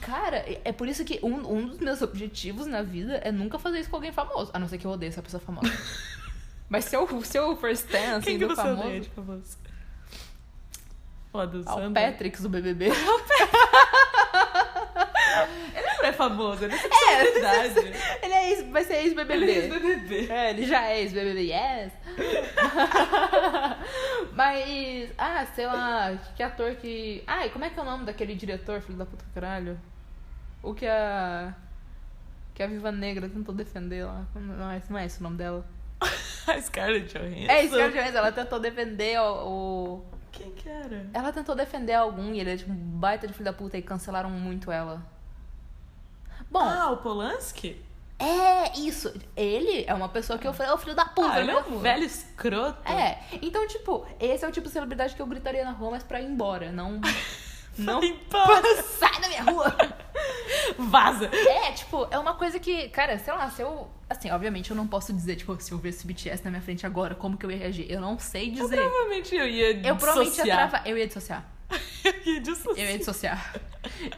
Cara, é- é por isso que um, um dos meus objetivos na vida é nunca fazer isso com alguém famoso. A não ser que eu odeie essa pessoa famosa. Mas se eu, se eu for stand, assim,
Quem que
do
você
famoso.
odeia de famoso? Foda, o
Ah, o
Sandro.
Patrick do BBB.
Ele não é famoso, ele é celebridade.
Ele é ex, vai ser
Ele é
ex-BBB.
BBB.
É, ele já é ex-BBB, yes. Mas, ah, sei lá, que ator que... Ai, como é que é o nome daquele diretor, filho da puta do caralho? O que a... Que a Viva Negra tentou defender lá. Não, esse não é esse o nome dela.
A Scarlett Johansson.
É, Scarlett Johansson, ela tentou defender o... o-
Quem que era?
Ela tentou defender algum e ele é tipo um baita de filho da puta e cancelaram muito ela. Bom,
Ah, o Polanski?
é isso. Ele é uma pessoa que eu falei, ô filho da puta,
ah, ele é
meu
um
amor.
velho escroto.
É, então, tipo, esse é o tipo de celebridade que eu gritaria na rua, mas pra ir embora, não. não.
Vai embora.
Sai da minha rua!
Vaza.
É, tipo, é uma coisa que, cara, sei lá, se eu. Assim, obviamente eu não posso dizer, tipo, se eu ver esse BTS na minha frente agora, como que eu ia reagir? Eu não sei dizer. Eu,
Provavelmente eu ia
provavelmente ia
dissociar.
travar. Eu ia dissociar.
Eu ia dissociar.
Eu ia dissociar.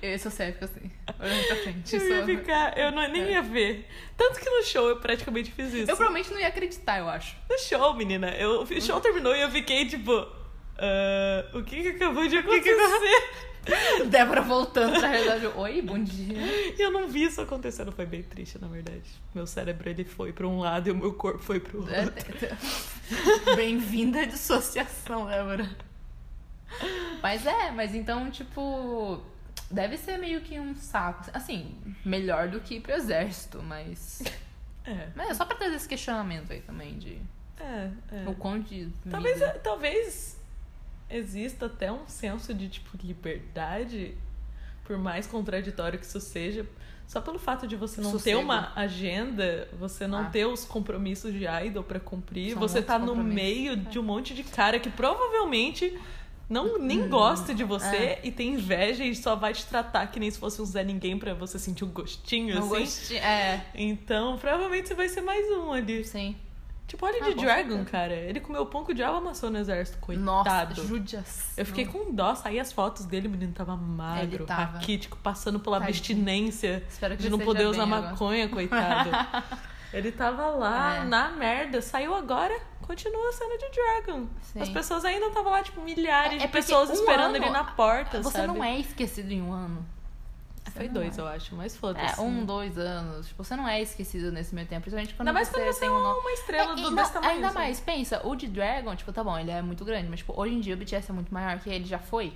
Eu ia dissociar, fica assim, olhando pra frente.
Eu ia
só-
ficar, eu não, nem ia ver. Tanto que no show É. eu praticamente fiz isso.
Eu provavelmente não ia acreditar, eu acho.
No show, menina, eu, o show terminou e eu fiquei tipo. "Ah, o que que acabou de acontecer?
Débora voltando pra realidade. Oi, bom dia.
E eu não vi isso acontecendo, foi bem triste, na verdade. Meu cérebro ele foi pra um lado e o meu corpo foi pro outro.
É, é, é. Bem-vinda à dissociação, Débora. Mas é, mas então, tipo. Deve ser meio que um saco. Assim, melhor do que ir pro exército, mas.
É,
Mas é só pra trazer esse questionamento aí também de.
é, é.
O quão de.
Talvez, é
vida-
talvez exista até um senso de tipo liberdade, por mais contraditório que isso seja, só pelo fato de você não ter
Sossego.
uma agenda, você não
Ah.
ter os compromissos de idol pra cumprir,
São
você
muitos
tá no
compromissos. é.
meio de um monte de cara que provavelmente não nem
Uhum.
gosta de você
É.
e tem inveja e só vai te tratar que nem se fosse um Zé Ninguém pra você sentir um gostinho
não
assim.
gosti- É,
Então, provavelmente você vai ser mais um ali.
sim.
Tipo, olha
Ah,
de
com
Dragon,
certeza.
cara. Ele comeu pão que o diabo amassou no exército, coitado.
Nossa, judiação.
Eu fiquei com dó, saí as fotos dele, o menino tava magro,
Ele tava.
raquítico, passando pela
Tadinho.
abstinência
Espero que
de
ele
não
esteja
poder usar
bem agora.
maconha, coitado. Ele tava lá
É.
na merda, saiu agora, continua sendo de Dragon.
Sim.
As pessoas ainda estavam lá, tipo, milhares
É- é
de
porque
pessoas
um
esperando
ano-
ele na porta,
Você
sabe? Ah,
não é esquecido em um ano. Você
Foi
não
dois,
é.
eu acho, mas foda-se.
É, um, dois anos. Tipo, você não é esquecido nesse meio tempo. Principalmente quando
Ainda mais
você
quando você é
tem um
uma,
nome.
estrela
É,
do,
e
desse
não,
tamanho.
ainda
sabe?
mais, pensa, o de Dragon, tipo, tá bom, ele é muito grande, mas tipo, hoje em dia o BTS é muito maior que ele já foi.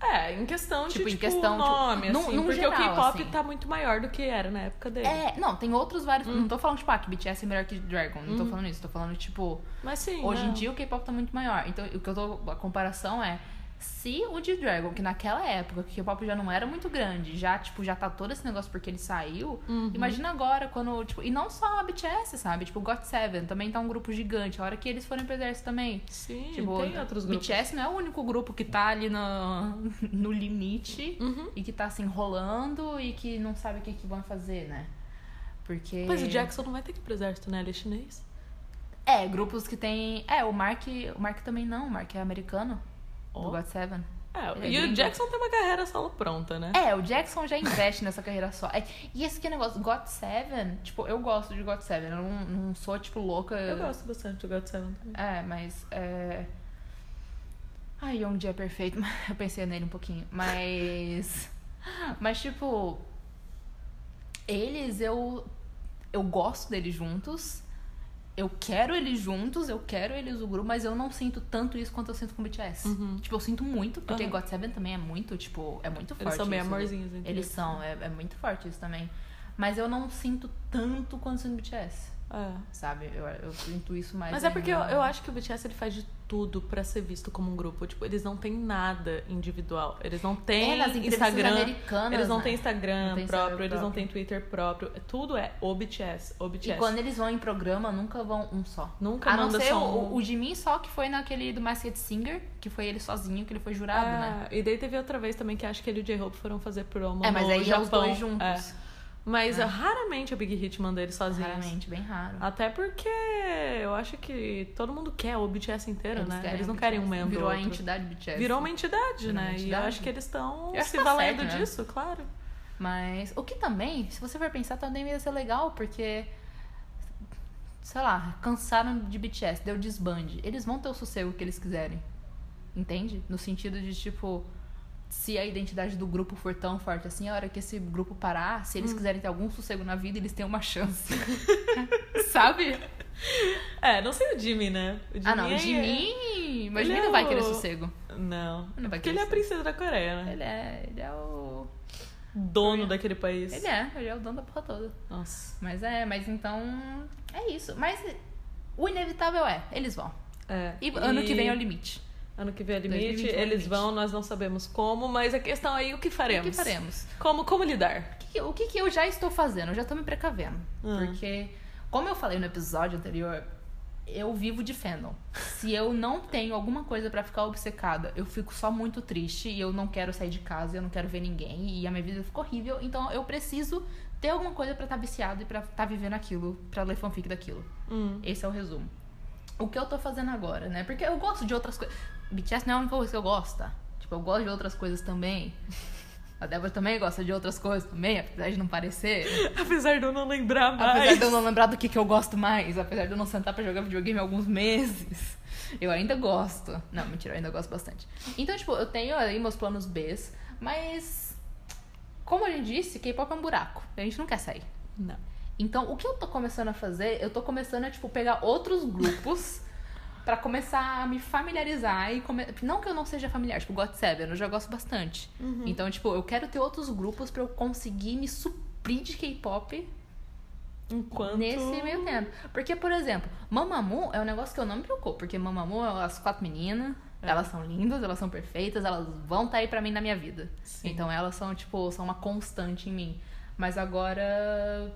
É, em questão
Tipo,
de
em
tipo,
questão, tipo,
nome,
num-
assim,
num
porque o
geral,
K-pop
assim.
tá muito maior do que era na época dele.
É, não, tem outros vários.
Hum.
Não tô falando, tipo, ah, que BTS é melhor que Dragon. Não tô falando isso. Tô falando, tipo,
Mas Hum. sim. né?
hoje em
não.
dia o K-pop tá muito maior. Então, o que eu tô. A comparação é. Se o de Dragon, que naquela época que o K-pop já não era muito grande, já, tipo, já tá todo esse negócio porque ele saiu.
Uhum.
Imagina agora, quando, tipo, e não só a BTS, sabe? Tipo, o GOT7 também tá um grupo gigante. A hora que eles forem pro exército também.
Sim,
Tipo,
tem outros grupos.
BTS não é o único grupo que tá ali no, no limite
Uhum.
e que tá se enrolando e que não sabe o que, que vão fazer, né? Porque.
Mas o Jackson não vai ter que ir pro exército, né? Ele é chinês.
É, grupos que tem. É, o Mark. O Mark também não, o Mark é americano.
Ó.
Do God Seven.
É,
Ele é
e o
gringo.
Jackson tem uma carreira solo pronta, né?
É, o Jackson já investe nessa carreira só. É, e esse que é o negócio, God Seven, tipo, eu gosto de God Seven, eu não, não sou, tipo, louca.
É, Eu gosto bastante do God Seven também.
É, mas. É... Ai, Yongji é perfeito. mas Eu pensei nele um pouquinho. Mas. mas, tipo. Eles, eu. Eu gosto deles juntos. Eu quero eles juntos, eu quero eles o grupo, mas eu não sinto tanto isso quanto eu sinto com o BTS. Tipo, eu sinto muito, porque
Uhum. Aham.
GOT7 também é muito, tipo, é muito forte.
Eles são bem
isso.
amorzinhos, entre
Eles são, é, é muito forte isso também. Mas eu não sinto tanto quanto sinto BTS,
É.
sabe? Eu, eu sinto isso mais.
Mas é porque eu,
ainda.
eu acho que o BTS ele faz de tudo pra ser visto como um grupo. Tipo, eles não têm nada individual. Eles não têm
É, nas entrevistas
Instagram.
americanas,
Eles não
né?
têm Instagram
Não tem Instagram
próprio, eles não
próprio.
têm Twitter próprio. Tudo é o BTS. O
E
BTS.
quando eles vão em programa, nunca vão um só.
Nunca
a não
manda
ser
só
o,
um.
o Jimin só, que foi naquele do Masked Singer, que foi ele sozinho, que ele foi jurado, né?
Ah, E daí teve outra vez também que acho que ele e o J-Hope foram fazer promo
É, mas
no
aí já
Japão.
os dois juntos.
É. Mas ah, raramente o Big Hit manda eles sozinhos.
Raramente, bem raro.
Até porque eu acho que todo mundo quer o BTS inteiro, né?
querem
Eles não
o
querem um
BTS.
membro
Virou
do
a
outro.
entidade BTS.
Virou uma entidade,
Virou uma
né? E eu
entidade.
acho que eles estão
Eu acho
se
que tá
valendo
certo, né?
disso, claro.
Mas, o que também, se você for pensar, também ia ser legal, porque... Sei lá, cansaram de BTS, deu desbande. Eles vão ter o sossego que eles quiserem. Entende? No sentido de, tipo, se a identidade do grupo for tão forte assim, a hora que esse grupo parar, se eles quiserem ter algum sossego na vida, eles têm uma chance. Sabe?
É, não sei o Jimmy, né? O
ah, não.
é-
O Jimmy. Imagina ele,
ele é
não vai querer
o-
sossego.
Não.
Não vai querer
Porque ele é a
sossego.
princesa da Coreia, né?
Ele é. Ele é o.
Dono daquele país.
Ele é, ele é o dono da porra toda.
Nossa.
Mas é, mas então. É isso. Mas o inevitável é, eles vão.
É.
E, ano que vem é o limite.
Ano que vem é o limite,
2021 é o
eles
limite.
vão, nós não sabemos como, mas a questão aí o que
O
faremos?
que faremos?
Como, como
O
lidar?
que que- O que, que eu já estou fazendo? Eu já estou me precavendo.
Hum.
Porque, como eu falei no episódio anterior, eu vivo de fandom. Se eu não tenho alguma coisa pra ficar obcecada, eu fico só muito triste e eu não quero sair de casa, eu não quero ver ninguém e a minha vida fica horrível. Então eu preciso ter alguma coisa pra estar viciado e pra estar vivendo aquilo, pra ler fanfic daquilo.
Hum.
Esse é o resumo. O que eu tô fazendo agora, né? Porque eu gosto de outras coisas. BTS não é a única coisa que eu gosto, tá? Tipo, eu gosto de outras coisas também. A Débora também gosta de outras coisas também, apesar de não parecer. né?
Apesar de eu não lembrar mais.
Apesar de eu não lembrar do que, que eu gosto mais. Apesar de eu não sentar pra jogar videogame há alguns meses. Eu ainda gosto. Não, mentira, eu ainda gosto bastante. Então, tipo, eu tenho aí meus planos Bs, mas. Como a gente disse, K-pop é um buraco. A gente não quer sair.
Não.
Então, o que eu tô começando a fazer, eu tô começando a, tipo, pegar outros grupos pra começar a me familiarizar e come... não que eu não seja familiar, tipo, God Seven, eu já gosto bastante. Então, tipo, eu quero ter outros grupos pra eu conseguir me suprir de K-pop
Enquanto.
nesse meio tempo. Porque, por exemplo, Mamamoo é um negócio que eu não me preocupo, porque Mamamoo é as quatro meninas,
É.
elas são lindas, elas são perfeitas, elas vão estar aí pra mim na minha vida.
Sim.
Então elas são, tipo, são uma constante em mim. Mas agora.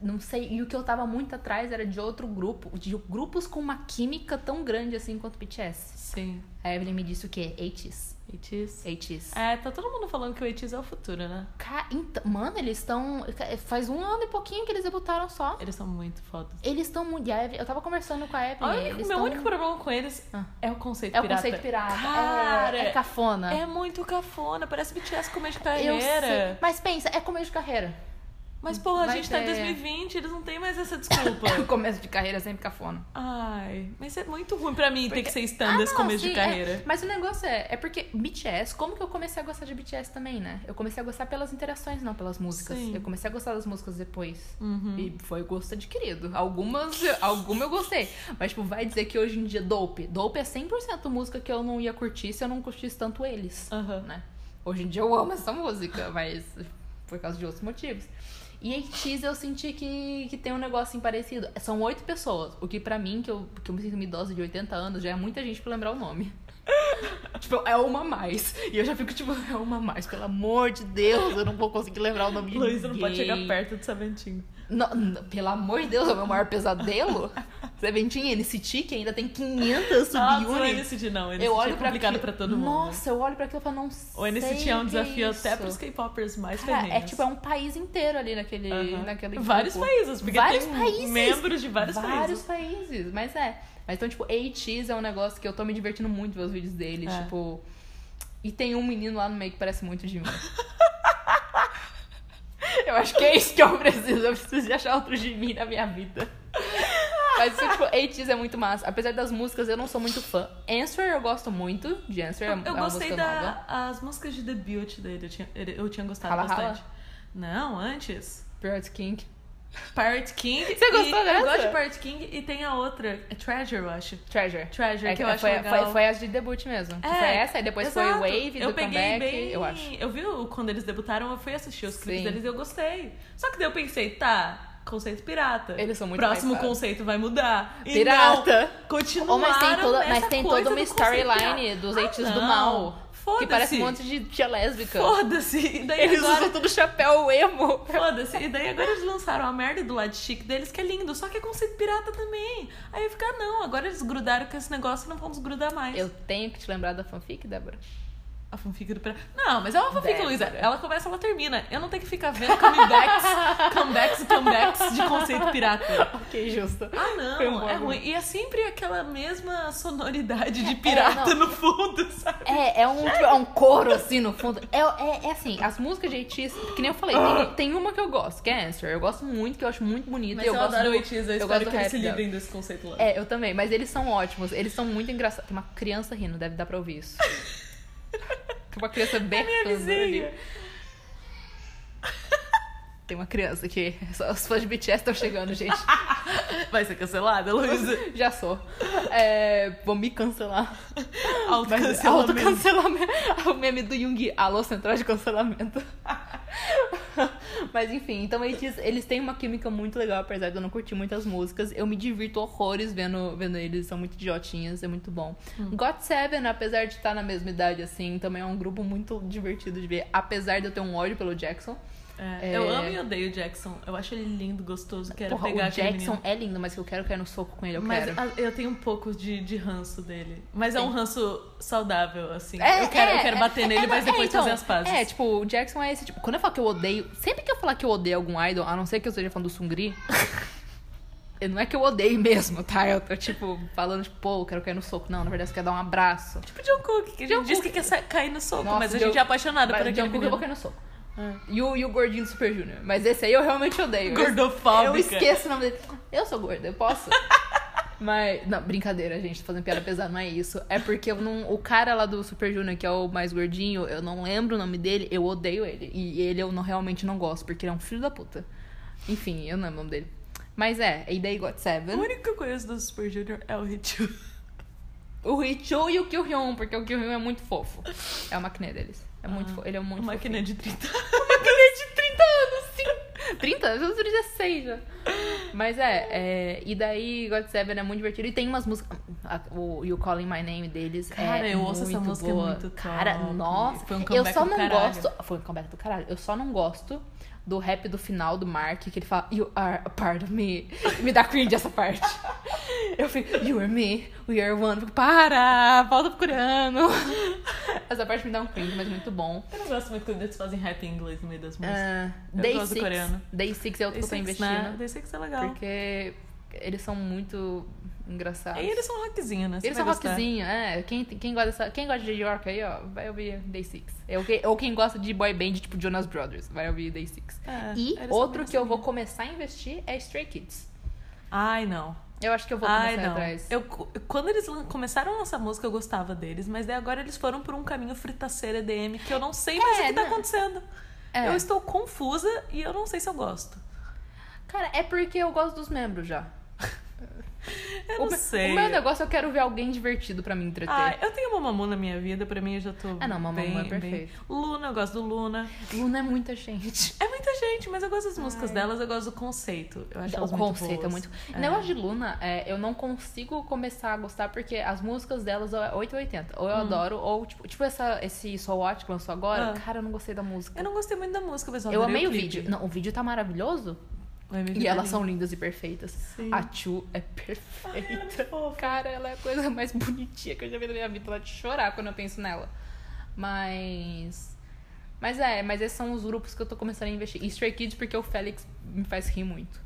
Não sei. E o que eu tava muito atrás era de outro grupo, de grupos com uma química tão grande assim quanto BTS.
Sim.
A Evelyn me disse o quê? 80s.
It is.
80s.
É, tá todo mundo falando que o It is é o futuro, né?
Ca- então- Mano, eles estão. Faz um ano e pouquinho que eles debutaram só.
Eles são muito fodas.
Eles estão muito. e a Evelyn- Eu tava conversando com a
O
Evelyn.
único-
É, eles
meu
tão-
único problema com eles
Ah.
é o conceito
É o
pirata.
conceito pirata.
Cara,
é, é cafona.
É muito cafona, parece BTS começo de
Eu sei.
carreira.
Mas pensa, é começo de carreira.
Mas, porra, a
Vai
gente tá em
ter.
2020, eles não têm mais essa desculpa.
Começo de carreira sempre cafona.
Ai, mas é muito ruim pra mim ter
Porque-
que ser stand
Ah,
esse
não,
começo de
sim,
carreira.
é. mas o negócio é, é porque BTS, como que eu comecei a gostar de BTS também, né? Eu comecei a gostar pelas interações, não pelas músicas.
Sim.
Eu comecei a gostar das músicas depois.
Uhum.
E foi gosto adquirido. Algumas, alguma eu gostei. Mas, tipo, vai dizer que hoje em dia dope. Dope é 100% música que eu não ia curtir se eu não curtisse tanto eles.
Aham.
né? Hoje em dia eu amo essa música, mas por causa de outros motivos. E ATs eu senti que, que tem um negócio assim parecido. São oito pessoas, o que pra mim, que eu, que eu me sinto uma idosa de 80 anos, já é muita gente pra lembrar o nome. tipo, é uma a mais. E eu já fico tipo, é uma a mais, pelo amor de Deus, eu não vou conseguir lembrar o nome de
Luísa não pode
ninguém.
chegar perto do Saventinho.
Não, não, pelo amor de Deus, é o meu maior pesadelo. Você vem tinha NCT que ainda tem 500
Nossa, o
subunits.
NCT não. O NCT
Eu olho
é
pra
complicado
aquilo.
pra todo mundo.
Nossa, eu olho pra aquilo e falo, não
O
sei.
NCT é um
que
desafio
isso.
até pros K-popers mais
Cara,
femininos.
é tipo, é um país inteiro ali naquele,
Aham.
naquele
Vários
grupo.
países, porque
Vários
tem
países.
membros de vários,
Vários
países.
países, mas é. Mas então, tipo, ATs é um negócio que eu tô me divertindo muito ver os vídeos dele,
É.
tipo... E tem um menino lá no meio que parece muito de mim. eu acho que é isso que eu preciso. Eu preciso de achar outro de mim na minha vida. Mas, tipo, ATs é muito massa. Apesar das músicas, eu não sou muito fã. Answer eu gosto muito. De Answer é
Eu,
uma- é
eu
uma
gostei
música nova.
das músicas de debut dele, eu tinha, ele- eu tinha gostado
Rala, rala?
bastante. Não, antes.
Pirate King.
Pirate King.
Você gostou
e,
dessa?
Eu gosto de Pirate King e tem a outra, é Treasure, eu acho.
Treasure.
Treasure,
É,
que eu acho
foi,
legal.
Foi, foi as de debut mesmo. que Foi essa, e depois
É,
foi
exato.
o Wave,
eu
do
peguei
comeback,
bem...
eu acho.
Eu vi o- quando eles debutaram, eu fui assistir os clipes
Sim.
deles e eu gostei. Só que daí eu pensei, tá, conceito pirata.
Eles são muito
Próximo
hypados.
conceito vai mudar. E
Pirata.
não,
Ou
Continuaram
mas tem toda,
nessa
mas tem toda
coisa
uma
do conceito
storyline
pirata.
dos
Ah,
eites do
não.
mal.
Foda-se.
Que parece um monte de tia lésbica.
Foda-se. E daí
Eles
agora...
usam tudo chapéu emo.
Foda-se. E daí agora eles lançaram a merda do lado chique deles, que é lindo. Só que é conceito pirata também. Aí eu fico, ah, não. Agora eles grudaram com esse negócio e não vão desgrudar mais.
Eu tenho que te lembrar da fanfic, Débora?
A fanfic do pirata. Não, mas é uma fanfic,
Débora.
Luísa. Ela começa, ela termina. Eu não tenho que ficar vendo comebacks, comebacks e comebacks de conceito pirata.
Ok, justo.
Ah,
Foi um bom
não, é ruim.
argumento.
E é sempre aquela mesma sonoridade de pirata
não.
no fundo, sabe?
É, é um, tipo, é um coro assim no fundo. É, é, é assim, as músicas de Eitis, que nem eu falei, tem, tem uma que eu gosto, que é Answer. Eu gosto muito, que eu acho muito bonita. e eu, gosto do,
eu
gosto
espero
do
que eles
rap
se
dela.
livrem desse conceito lá.
É, eu também, mas eles são ótimos. Eles são muito engraçados. Tem uma criança rindo, deve dar pra ouvir isso. Tem uma criança
minha
berrando
vizinha.
ali. Tem uma criança que só os fãs de BTS estão chegando, gente.
Vai ser cancelada, Luísa.
Já sou. É, vou me cancelar. Mas
Autocancelamento.
autocancelamento. O meme do Jung. Alô, central de cancelamento. Mas enfim, então eles, eles têm uma química muito legal, apesar de eu não curtir muitas músicas. Eu me divirto horrores vendo, vendo eles, são muito idiotinhas, é muito bom.
Hum.
God Seven, apesar de estar na mesma idade assim, também é um grupo muito divertido de ver, apesar de eu ter um ódio pelo Jackson.
É,
É.
Eu amo e odeio o Jackson. Eu acho ele lindo, gostoso. Quero
Porra,
pegar
o
aquele
Jackson
menino.
é lindo, mas que eu quero cair no soco com ele, eu
Mas
quero.
a- eu tenho um pouco de, de ranço dele. Mas é um ranço saudável, assim.
É,
eu quero,
é,
eu quero
é,
bater
é,
nele,
é,
mas
não,
depois
é, então,
fazer as pazes.
É, tipo, o Jackson é esse tipo. Quando eu falo que eu odeio. Sempre que eu falar que eu odeio algum idol, a não ser que eu esteja falando do Sungri. eu- não é que eu odeio mesmo, tá? Eu tô, tipo, falando, tipo, pô, eu quero cair no soco. Não, na verdade, eu quero dar um abraço.
Tipo John Cook, que a gente
Jungkook.
disse que quer sa- cair no soco,
Nossa,
mas a
Jung-
gente é apaixonado por
Mas
aquele
Jungkook eu vou
menino.
cair no soco.
Ah.
E o, e o gordinho do Super Junior. Mas esse aí eu realmente odeio. Esse-
Gordofóbica.
Eu esqueço o nome dele. Eu sou gorda, eu posso. Mas, não, brincadeira, gente, tô fazendo piada pesada, não é isso. É porque eu não, o cara lá do Super Junior, que é o mais gordinho, eu não lembro o nome dele, eu odeio ele. E ele eu não, realmente não gosto, porque ele é um filho da puta. Enfim, eu não lembro o nome dele. Mas é, e daí Got
O
Seven.
único que eu conheço do Super Junior é o Ritu.
O Richu e o Kyuhyun, porque o Kyuhyun é muito fofo. É a máquina deles. É muito fofo. Ele é muito
Uma
fofo.
máquina de 30. é
Ele de 30 anos, sim. 30? Eu sou 16 já. Mas é, é, e daí God Seven é muito divertido. E tem umas músicas. a- O You Calling My Name deles.
Cara,
é
eu ouço essa
muito
música, é
boa.
muito top.
Cara, nossa.
Foi um
eu
comeback
só
do
não
caralho.
gosto. Foi um comeback do caralho. Eu só não gosto do rap do final do Mark, que ele fala You are a part of me. Me dá cringe essa parte. Eu fico, You are me, we are one. Eu fico, para, volta pro coreano. Essa parte me dá um cringe, mas muito bom.
Eu não gosto muito quando eles fazem rap em inglês no meio das músicas.
Ah,
Eu
Day
gosto do
6.
coreano.
Day 6 é outro que eu tô
Day Six,
investindo.
né? Day Six é legal.
Porque Eles são muito engraçados.
E eles são rockzinho, né? Você
Eles
vai
são
gostar.
rockzinho, é. Quem, quem, gosta dessa, quem gosta de York aí, ó, vai ouvir Day Six. É, ou, quem, ou quem gosta de boy band, tipo Jonas Brothers, vai ouvir Day Six.
É,
e
eles são assim.
outro que eu vou
engraçadinhos.
começar a investir é Stray Kids.
Ai, não.
Eu acho que eu vou começar
Ai, não.
atrás.
Eu, cu- quando eles lan- começaram a lançar música, eu gostava deles, mas daí agora eles foram por um caminho fritaceira EDM que eu não sei mais
É,
o que tá
não-
acontecendo.
É.
Eu estou confusa e eu não sei se eu gosto.
Cara, é porque eu gosto dos membros já.
Eu
o,
não
me-
sei.
o meu negócio é eu quero ver alguém divertido pra me entreter.
Ai, eu tenho Mamamoo na minha vida, pra mim eu já tô.
Ah, não, Mamamoo
bem,
é
bem-
perfeito.
Luna, eu gosto do Luna.
Luna é muita gente.
É muita gente, mas eu gosto das músicas
Ai.
delas, eu gosto do conceito. Eu acho
O
elas
conceito é
muito
muito.
boas.
O negócio de Luna, é, eu não consigo começar a gostar porque as músicas delas é 880. Ou eu adoro, ou tipo, tipo essa, esse So What que lançou agora.
Hum. Ah.
Cara, eu não gostei da música.
Eu não gostei muito da música, mas eu
Eu
adorei
amei o
clipe.
vídeo. Não, o vídeo tá maravilhoso.
O MV
E
tá
elas
lindo.
são lindas e perfeitas.
Sim.
A Chu é
Ai, ela é
perfeita.
muito fofa.
Cara, ela é a coisa mais bonitinha que eu já vi na minha vida. Ela de chorar quando eu penso nela. Mas. Mas é, mas esses são os grupos que eu tô começando a investir. E Stray Kids, porque o Félix me faz rir muito.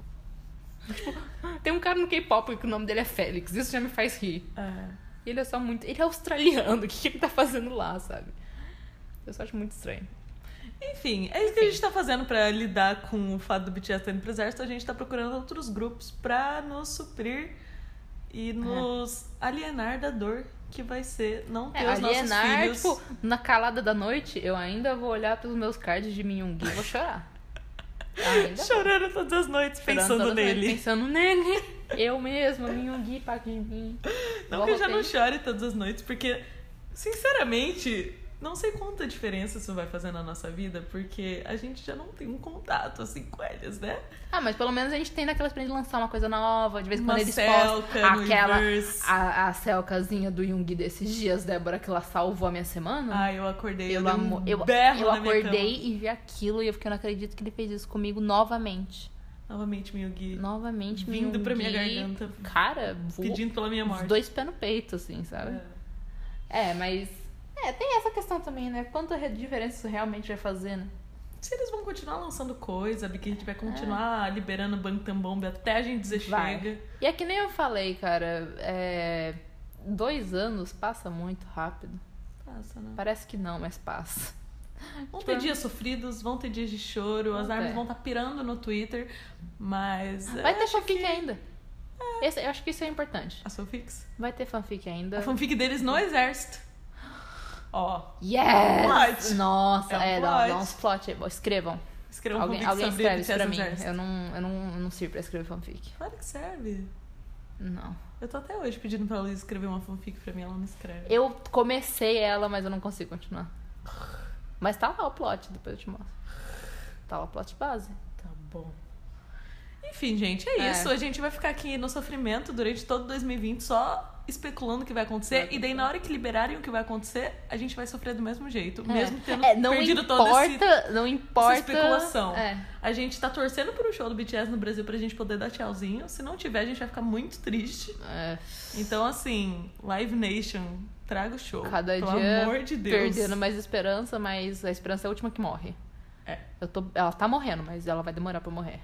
Tipo, tem um cara no K-pop que o nome dele é Félix. Isso já me faz rir.
É.
E ele é só muito. Ele é australiano. O que, que ele tá fazendo lá, sabe? Eu só acho muito estranho.
Enfim, é isso que a gente tá fazendo pra lidar com o fato do BTS estar indo pro exército. A gente tá procurando outros grupos pra nos suprir
É.
e nos alienar da dor que vai ser não ter
É,
os
alienar,
nossos filhos.
tipo, na calada da noite, eu ainda vou olhar pelos meus cards de Minhongi e vou chorar. Ainda vou.
Chorando todas as noites,
Chorando
pensando
toda noite,
nele.
Pensando nele. Eu mesma, um Minhongi, parte de mim.
Não
Eu
que eu já não
arrotei.
chore todas as noites, porque, sinceramente, não sei quanta diferença isso vai fazer na nossa vida, porque a gente já não tem um contato assim com eles, né?
Ah, mas pelo menos a gente tem naquela experiência de lançar uma coisa nova, de vez em quando
Uma
eles postam
Celca no
aquela.
Inverse.
A, a Celcazinha do Jung desses dias, Débora, que ela salvou a minha semana.
Ai, eu acordei, eu,
eu
dei um
amo. Eu,
berro
eu
na minha
acordei
cama.
e vi aquilo e eu fiquei, eu não acredito que ele fez isso comigo novamente.
Novamente, Miyugi,
Novamente,
vindo pra minha
Minhongi.
garganta,
Cara, vou
pedindo pela minha
Os
morte.
dois pés no peito, assim, sabe?
É.
É, mas. É, tem essa questão também, né? Quanta re- diferença isso realmente vai fazer, né?
Se eles vão continuar lançando coisa, a gente vai continuar liberando o Bangtan Bomb até a gente dizer
É. Vai.
chega.
E é que nem eu falei, cara, é. Dois anos passa muito rápido.
Passa, né?
Parece que não, mas passa.
Vão ter dias sofridos, vão ter dias de choro,
Tipo, Vão
as armas
ter. Ah,
vão estar pirando no Twitter, mas.
Vai
é,
ter fanfic ainda. Esse- eu acho que isso é importante.
A fanfics?
Vai ter fanfic ainda.
A fanfic deles no exército. Ó,
Yes!
Plot.
Nossa,
É um
é, dá,
plot.
dá uns plot. aí. Escrevam.
escreva um
Alguém,
fanfic
alguém
sobre
escreve isso
BTS
pra
no
mim.
exército.
Eu não, eu, não, eu não sirvo pra escrever fanfic.
Claro que serve.
Não.
Eu tô até hoje pedindo pra Luísa escrever uma fanfic pra mim, ela não escreve.
Eu comecei ela, mas eu não consigo continuar. Mas tá lá o plot, depois eu te mostro. Tá lá o plot base.
Tá bom. Enfim, gente, é,
É.
isso. A gente vai ficar aqui no sofrimento durante todo 2020 só especulando o que vai acontecer.
Vai
e daí, na hora que liberarem o que vai acontecer, a gente vai sofrer do mesmo jeito. Mesmo tendo
É, não
perdido
importa,
todo esse
não importa.
essa especulação.
É.
A gente tá torcendo por um show do BTS no Brasil pra gente poder dar tchauzinho. Se não tiver, a gente vai ficar muito triste.
é,
Então, assim, Live Nation, traga o show.
cada
pelo
dia
amor de Deus.
perdendo mais esperança, mas a esperança é a última que morre.
É.
Eu tô, ela tá morrendo, mas ela vai demorar pra morrer.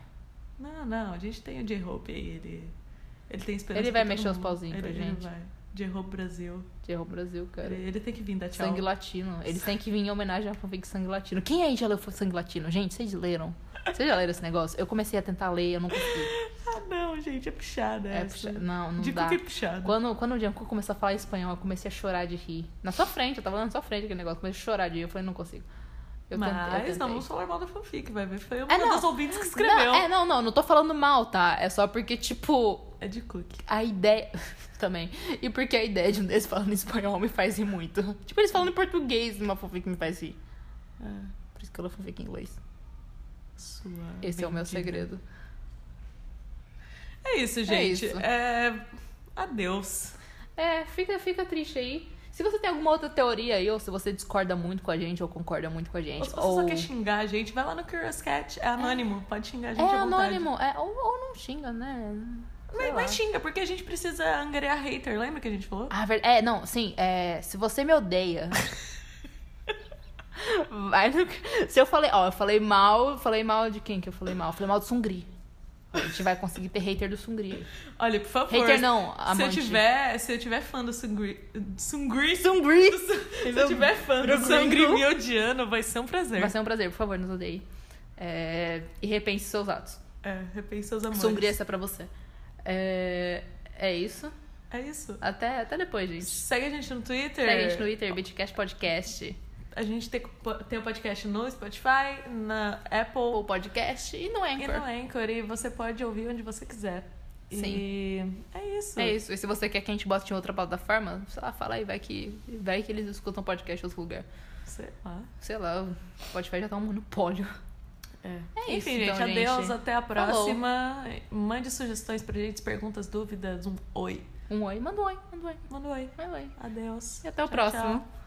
Não, não, a gente tem o J-Hope aí, ele. Ele tem esperança.
Ele vai
pra todo
mexer os
mundo.
pauzinhos
ele,
pra
ele
gente.
vai. J-Hope Brasil.
Errou o Brasil, cara.
Ele, ele tem que vir dar tchau.
Sangue latino. Eles têm que vir em homenagem à fanfic Sangue Latino. Quem aí já leu Sangue Latino? Gente, vocês leram? Vocês já leram esse negócio? Eu comecei a tentar ler, eu não consegui.
Ah, não, gente, é puxada.
É,
essa.
puxa- não, não
De
dá.
cookie puxada.
Quando, quando o Jungkook começou a falar espanhol, eu comecei a chorar de rir. Na sua frente, eu tava lá na sua frente aquele negócio, comecei a chorar de rir. Eu falei, não consigo. Eu
Mas
tentei, eu tentei.
não vamos falar mal da fanfic, vai ver. Foi uma
É, não.
das ouvintes que escreveu.
Não, é, não, não, não tô falando mal, tá? É só porque, tipo,
é de cookie.
a ideia. Também. E porque a ideia de um deles falando espanhol me faz rir muito. Tipo, eles falando em português, uma fanfic me faz rir.
É.
Por isso que eu não fanfic em inglês.
Sua
Esse é o meu
bendita.
segredo.
É isso, gente. É
isso.
Adeus.
É, fica, fica triste aí. Se você tem alguma outra teoria aí, ou se você discorda muito com a gente, ou concorda muito com a
Ou
gente,
se você só quer xingar a gente, vai lá no Curious Cat. É anônimo. Pode xingar a gente
É
à vontade.
anônimo, é, ou, ou não xinga, né? Sei
Mas,
lá.
mas xinga, porque a gente precisa angariar hater. Lembra que a gente falou?
Ah, ver- é, não, sim, é, se você me odeia. vai no- Se eu falei, ó, eu falei mal, eu falei mal de quem que eu falei mal? Eu falei mal do Sungri. A gente vai conseguir ter hater do Sungri.
Olha, por favor.
Ah. Hater não,
se eu
amante.
tiver, se eu tiver fã do Sungri, Sungri, se
Sungri!
eu tiver fã do
Sungri.
Sungri me odiando, vai ser um prazer.
Vai ser um prazer, por favor, nos odeie. É, E repense seus atos.
É, repense seus amores.
Sungri, essa é pra você. É, é isso.
É isso.
Até, até depois, gente.
Segue a gente no Twitter.
Segue a gente no Twitter, Bitcast Podcast,
A gente tem, tem o podcast no Spotify, na Apple
ou Podcast e é, no
e é.
Anchor.
no Anchor. E você pode ouvir onde você quiser. E é isso.
É isso. E se você quer que a gente bote em outra plataforma, sei lá, fala aí, vai que, vai que eles escutam podcast em outro lugar.
Sei lá.
Sei lá, o Spotify já tá um monopólio.
É.
É isso,
Enfim,
então,
gente, adeus,
gente.
até a
Falou.
próxima. Mande sugestões pra gente, perguntas, dúvidas, um oi.
Um oi, manda um oi, manda um oi,
Manda um oi.
manda um oi.
Adeus.
E até o
Tchau,
próximo.
tchau.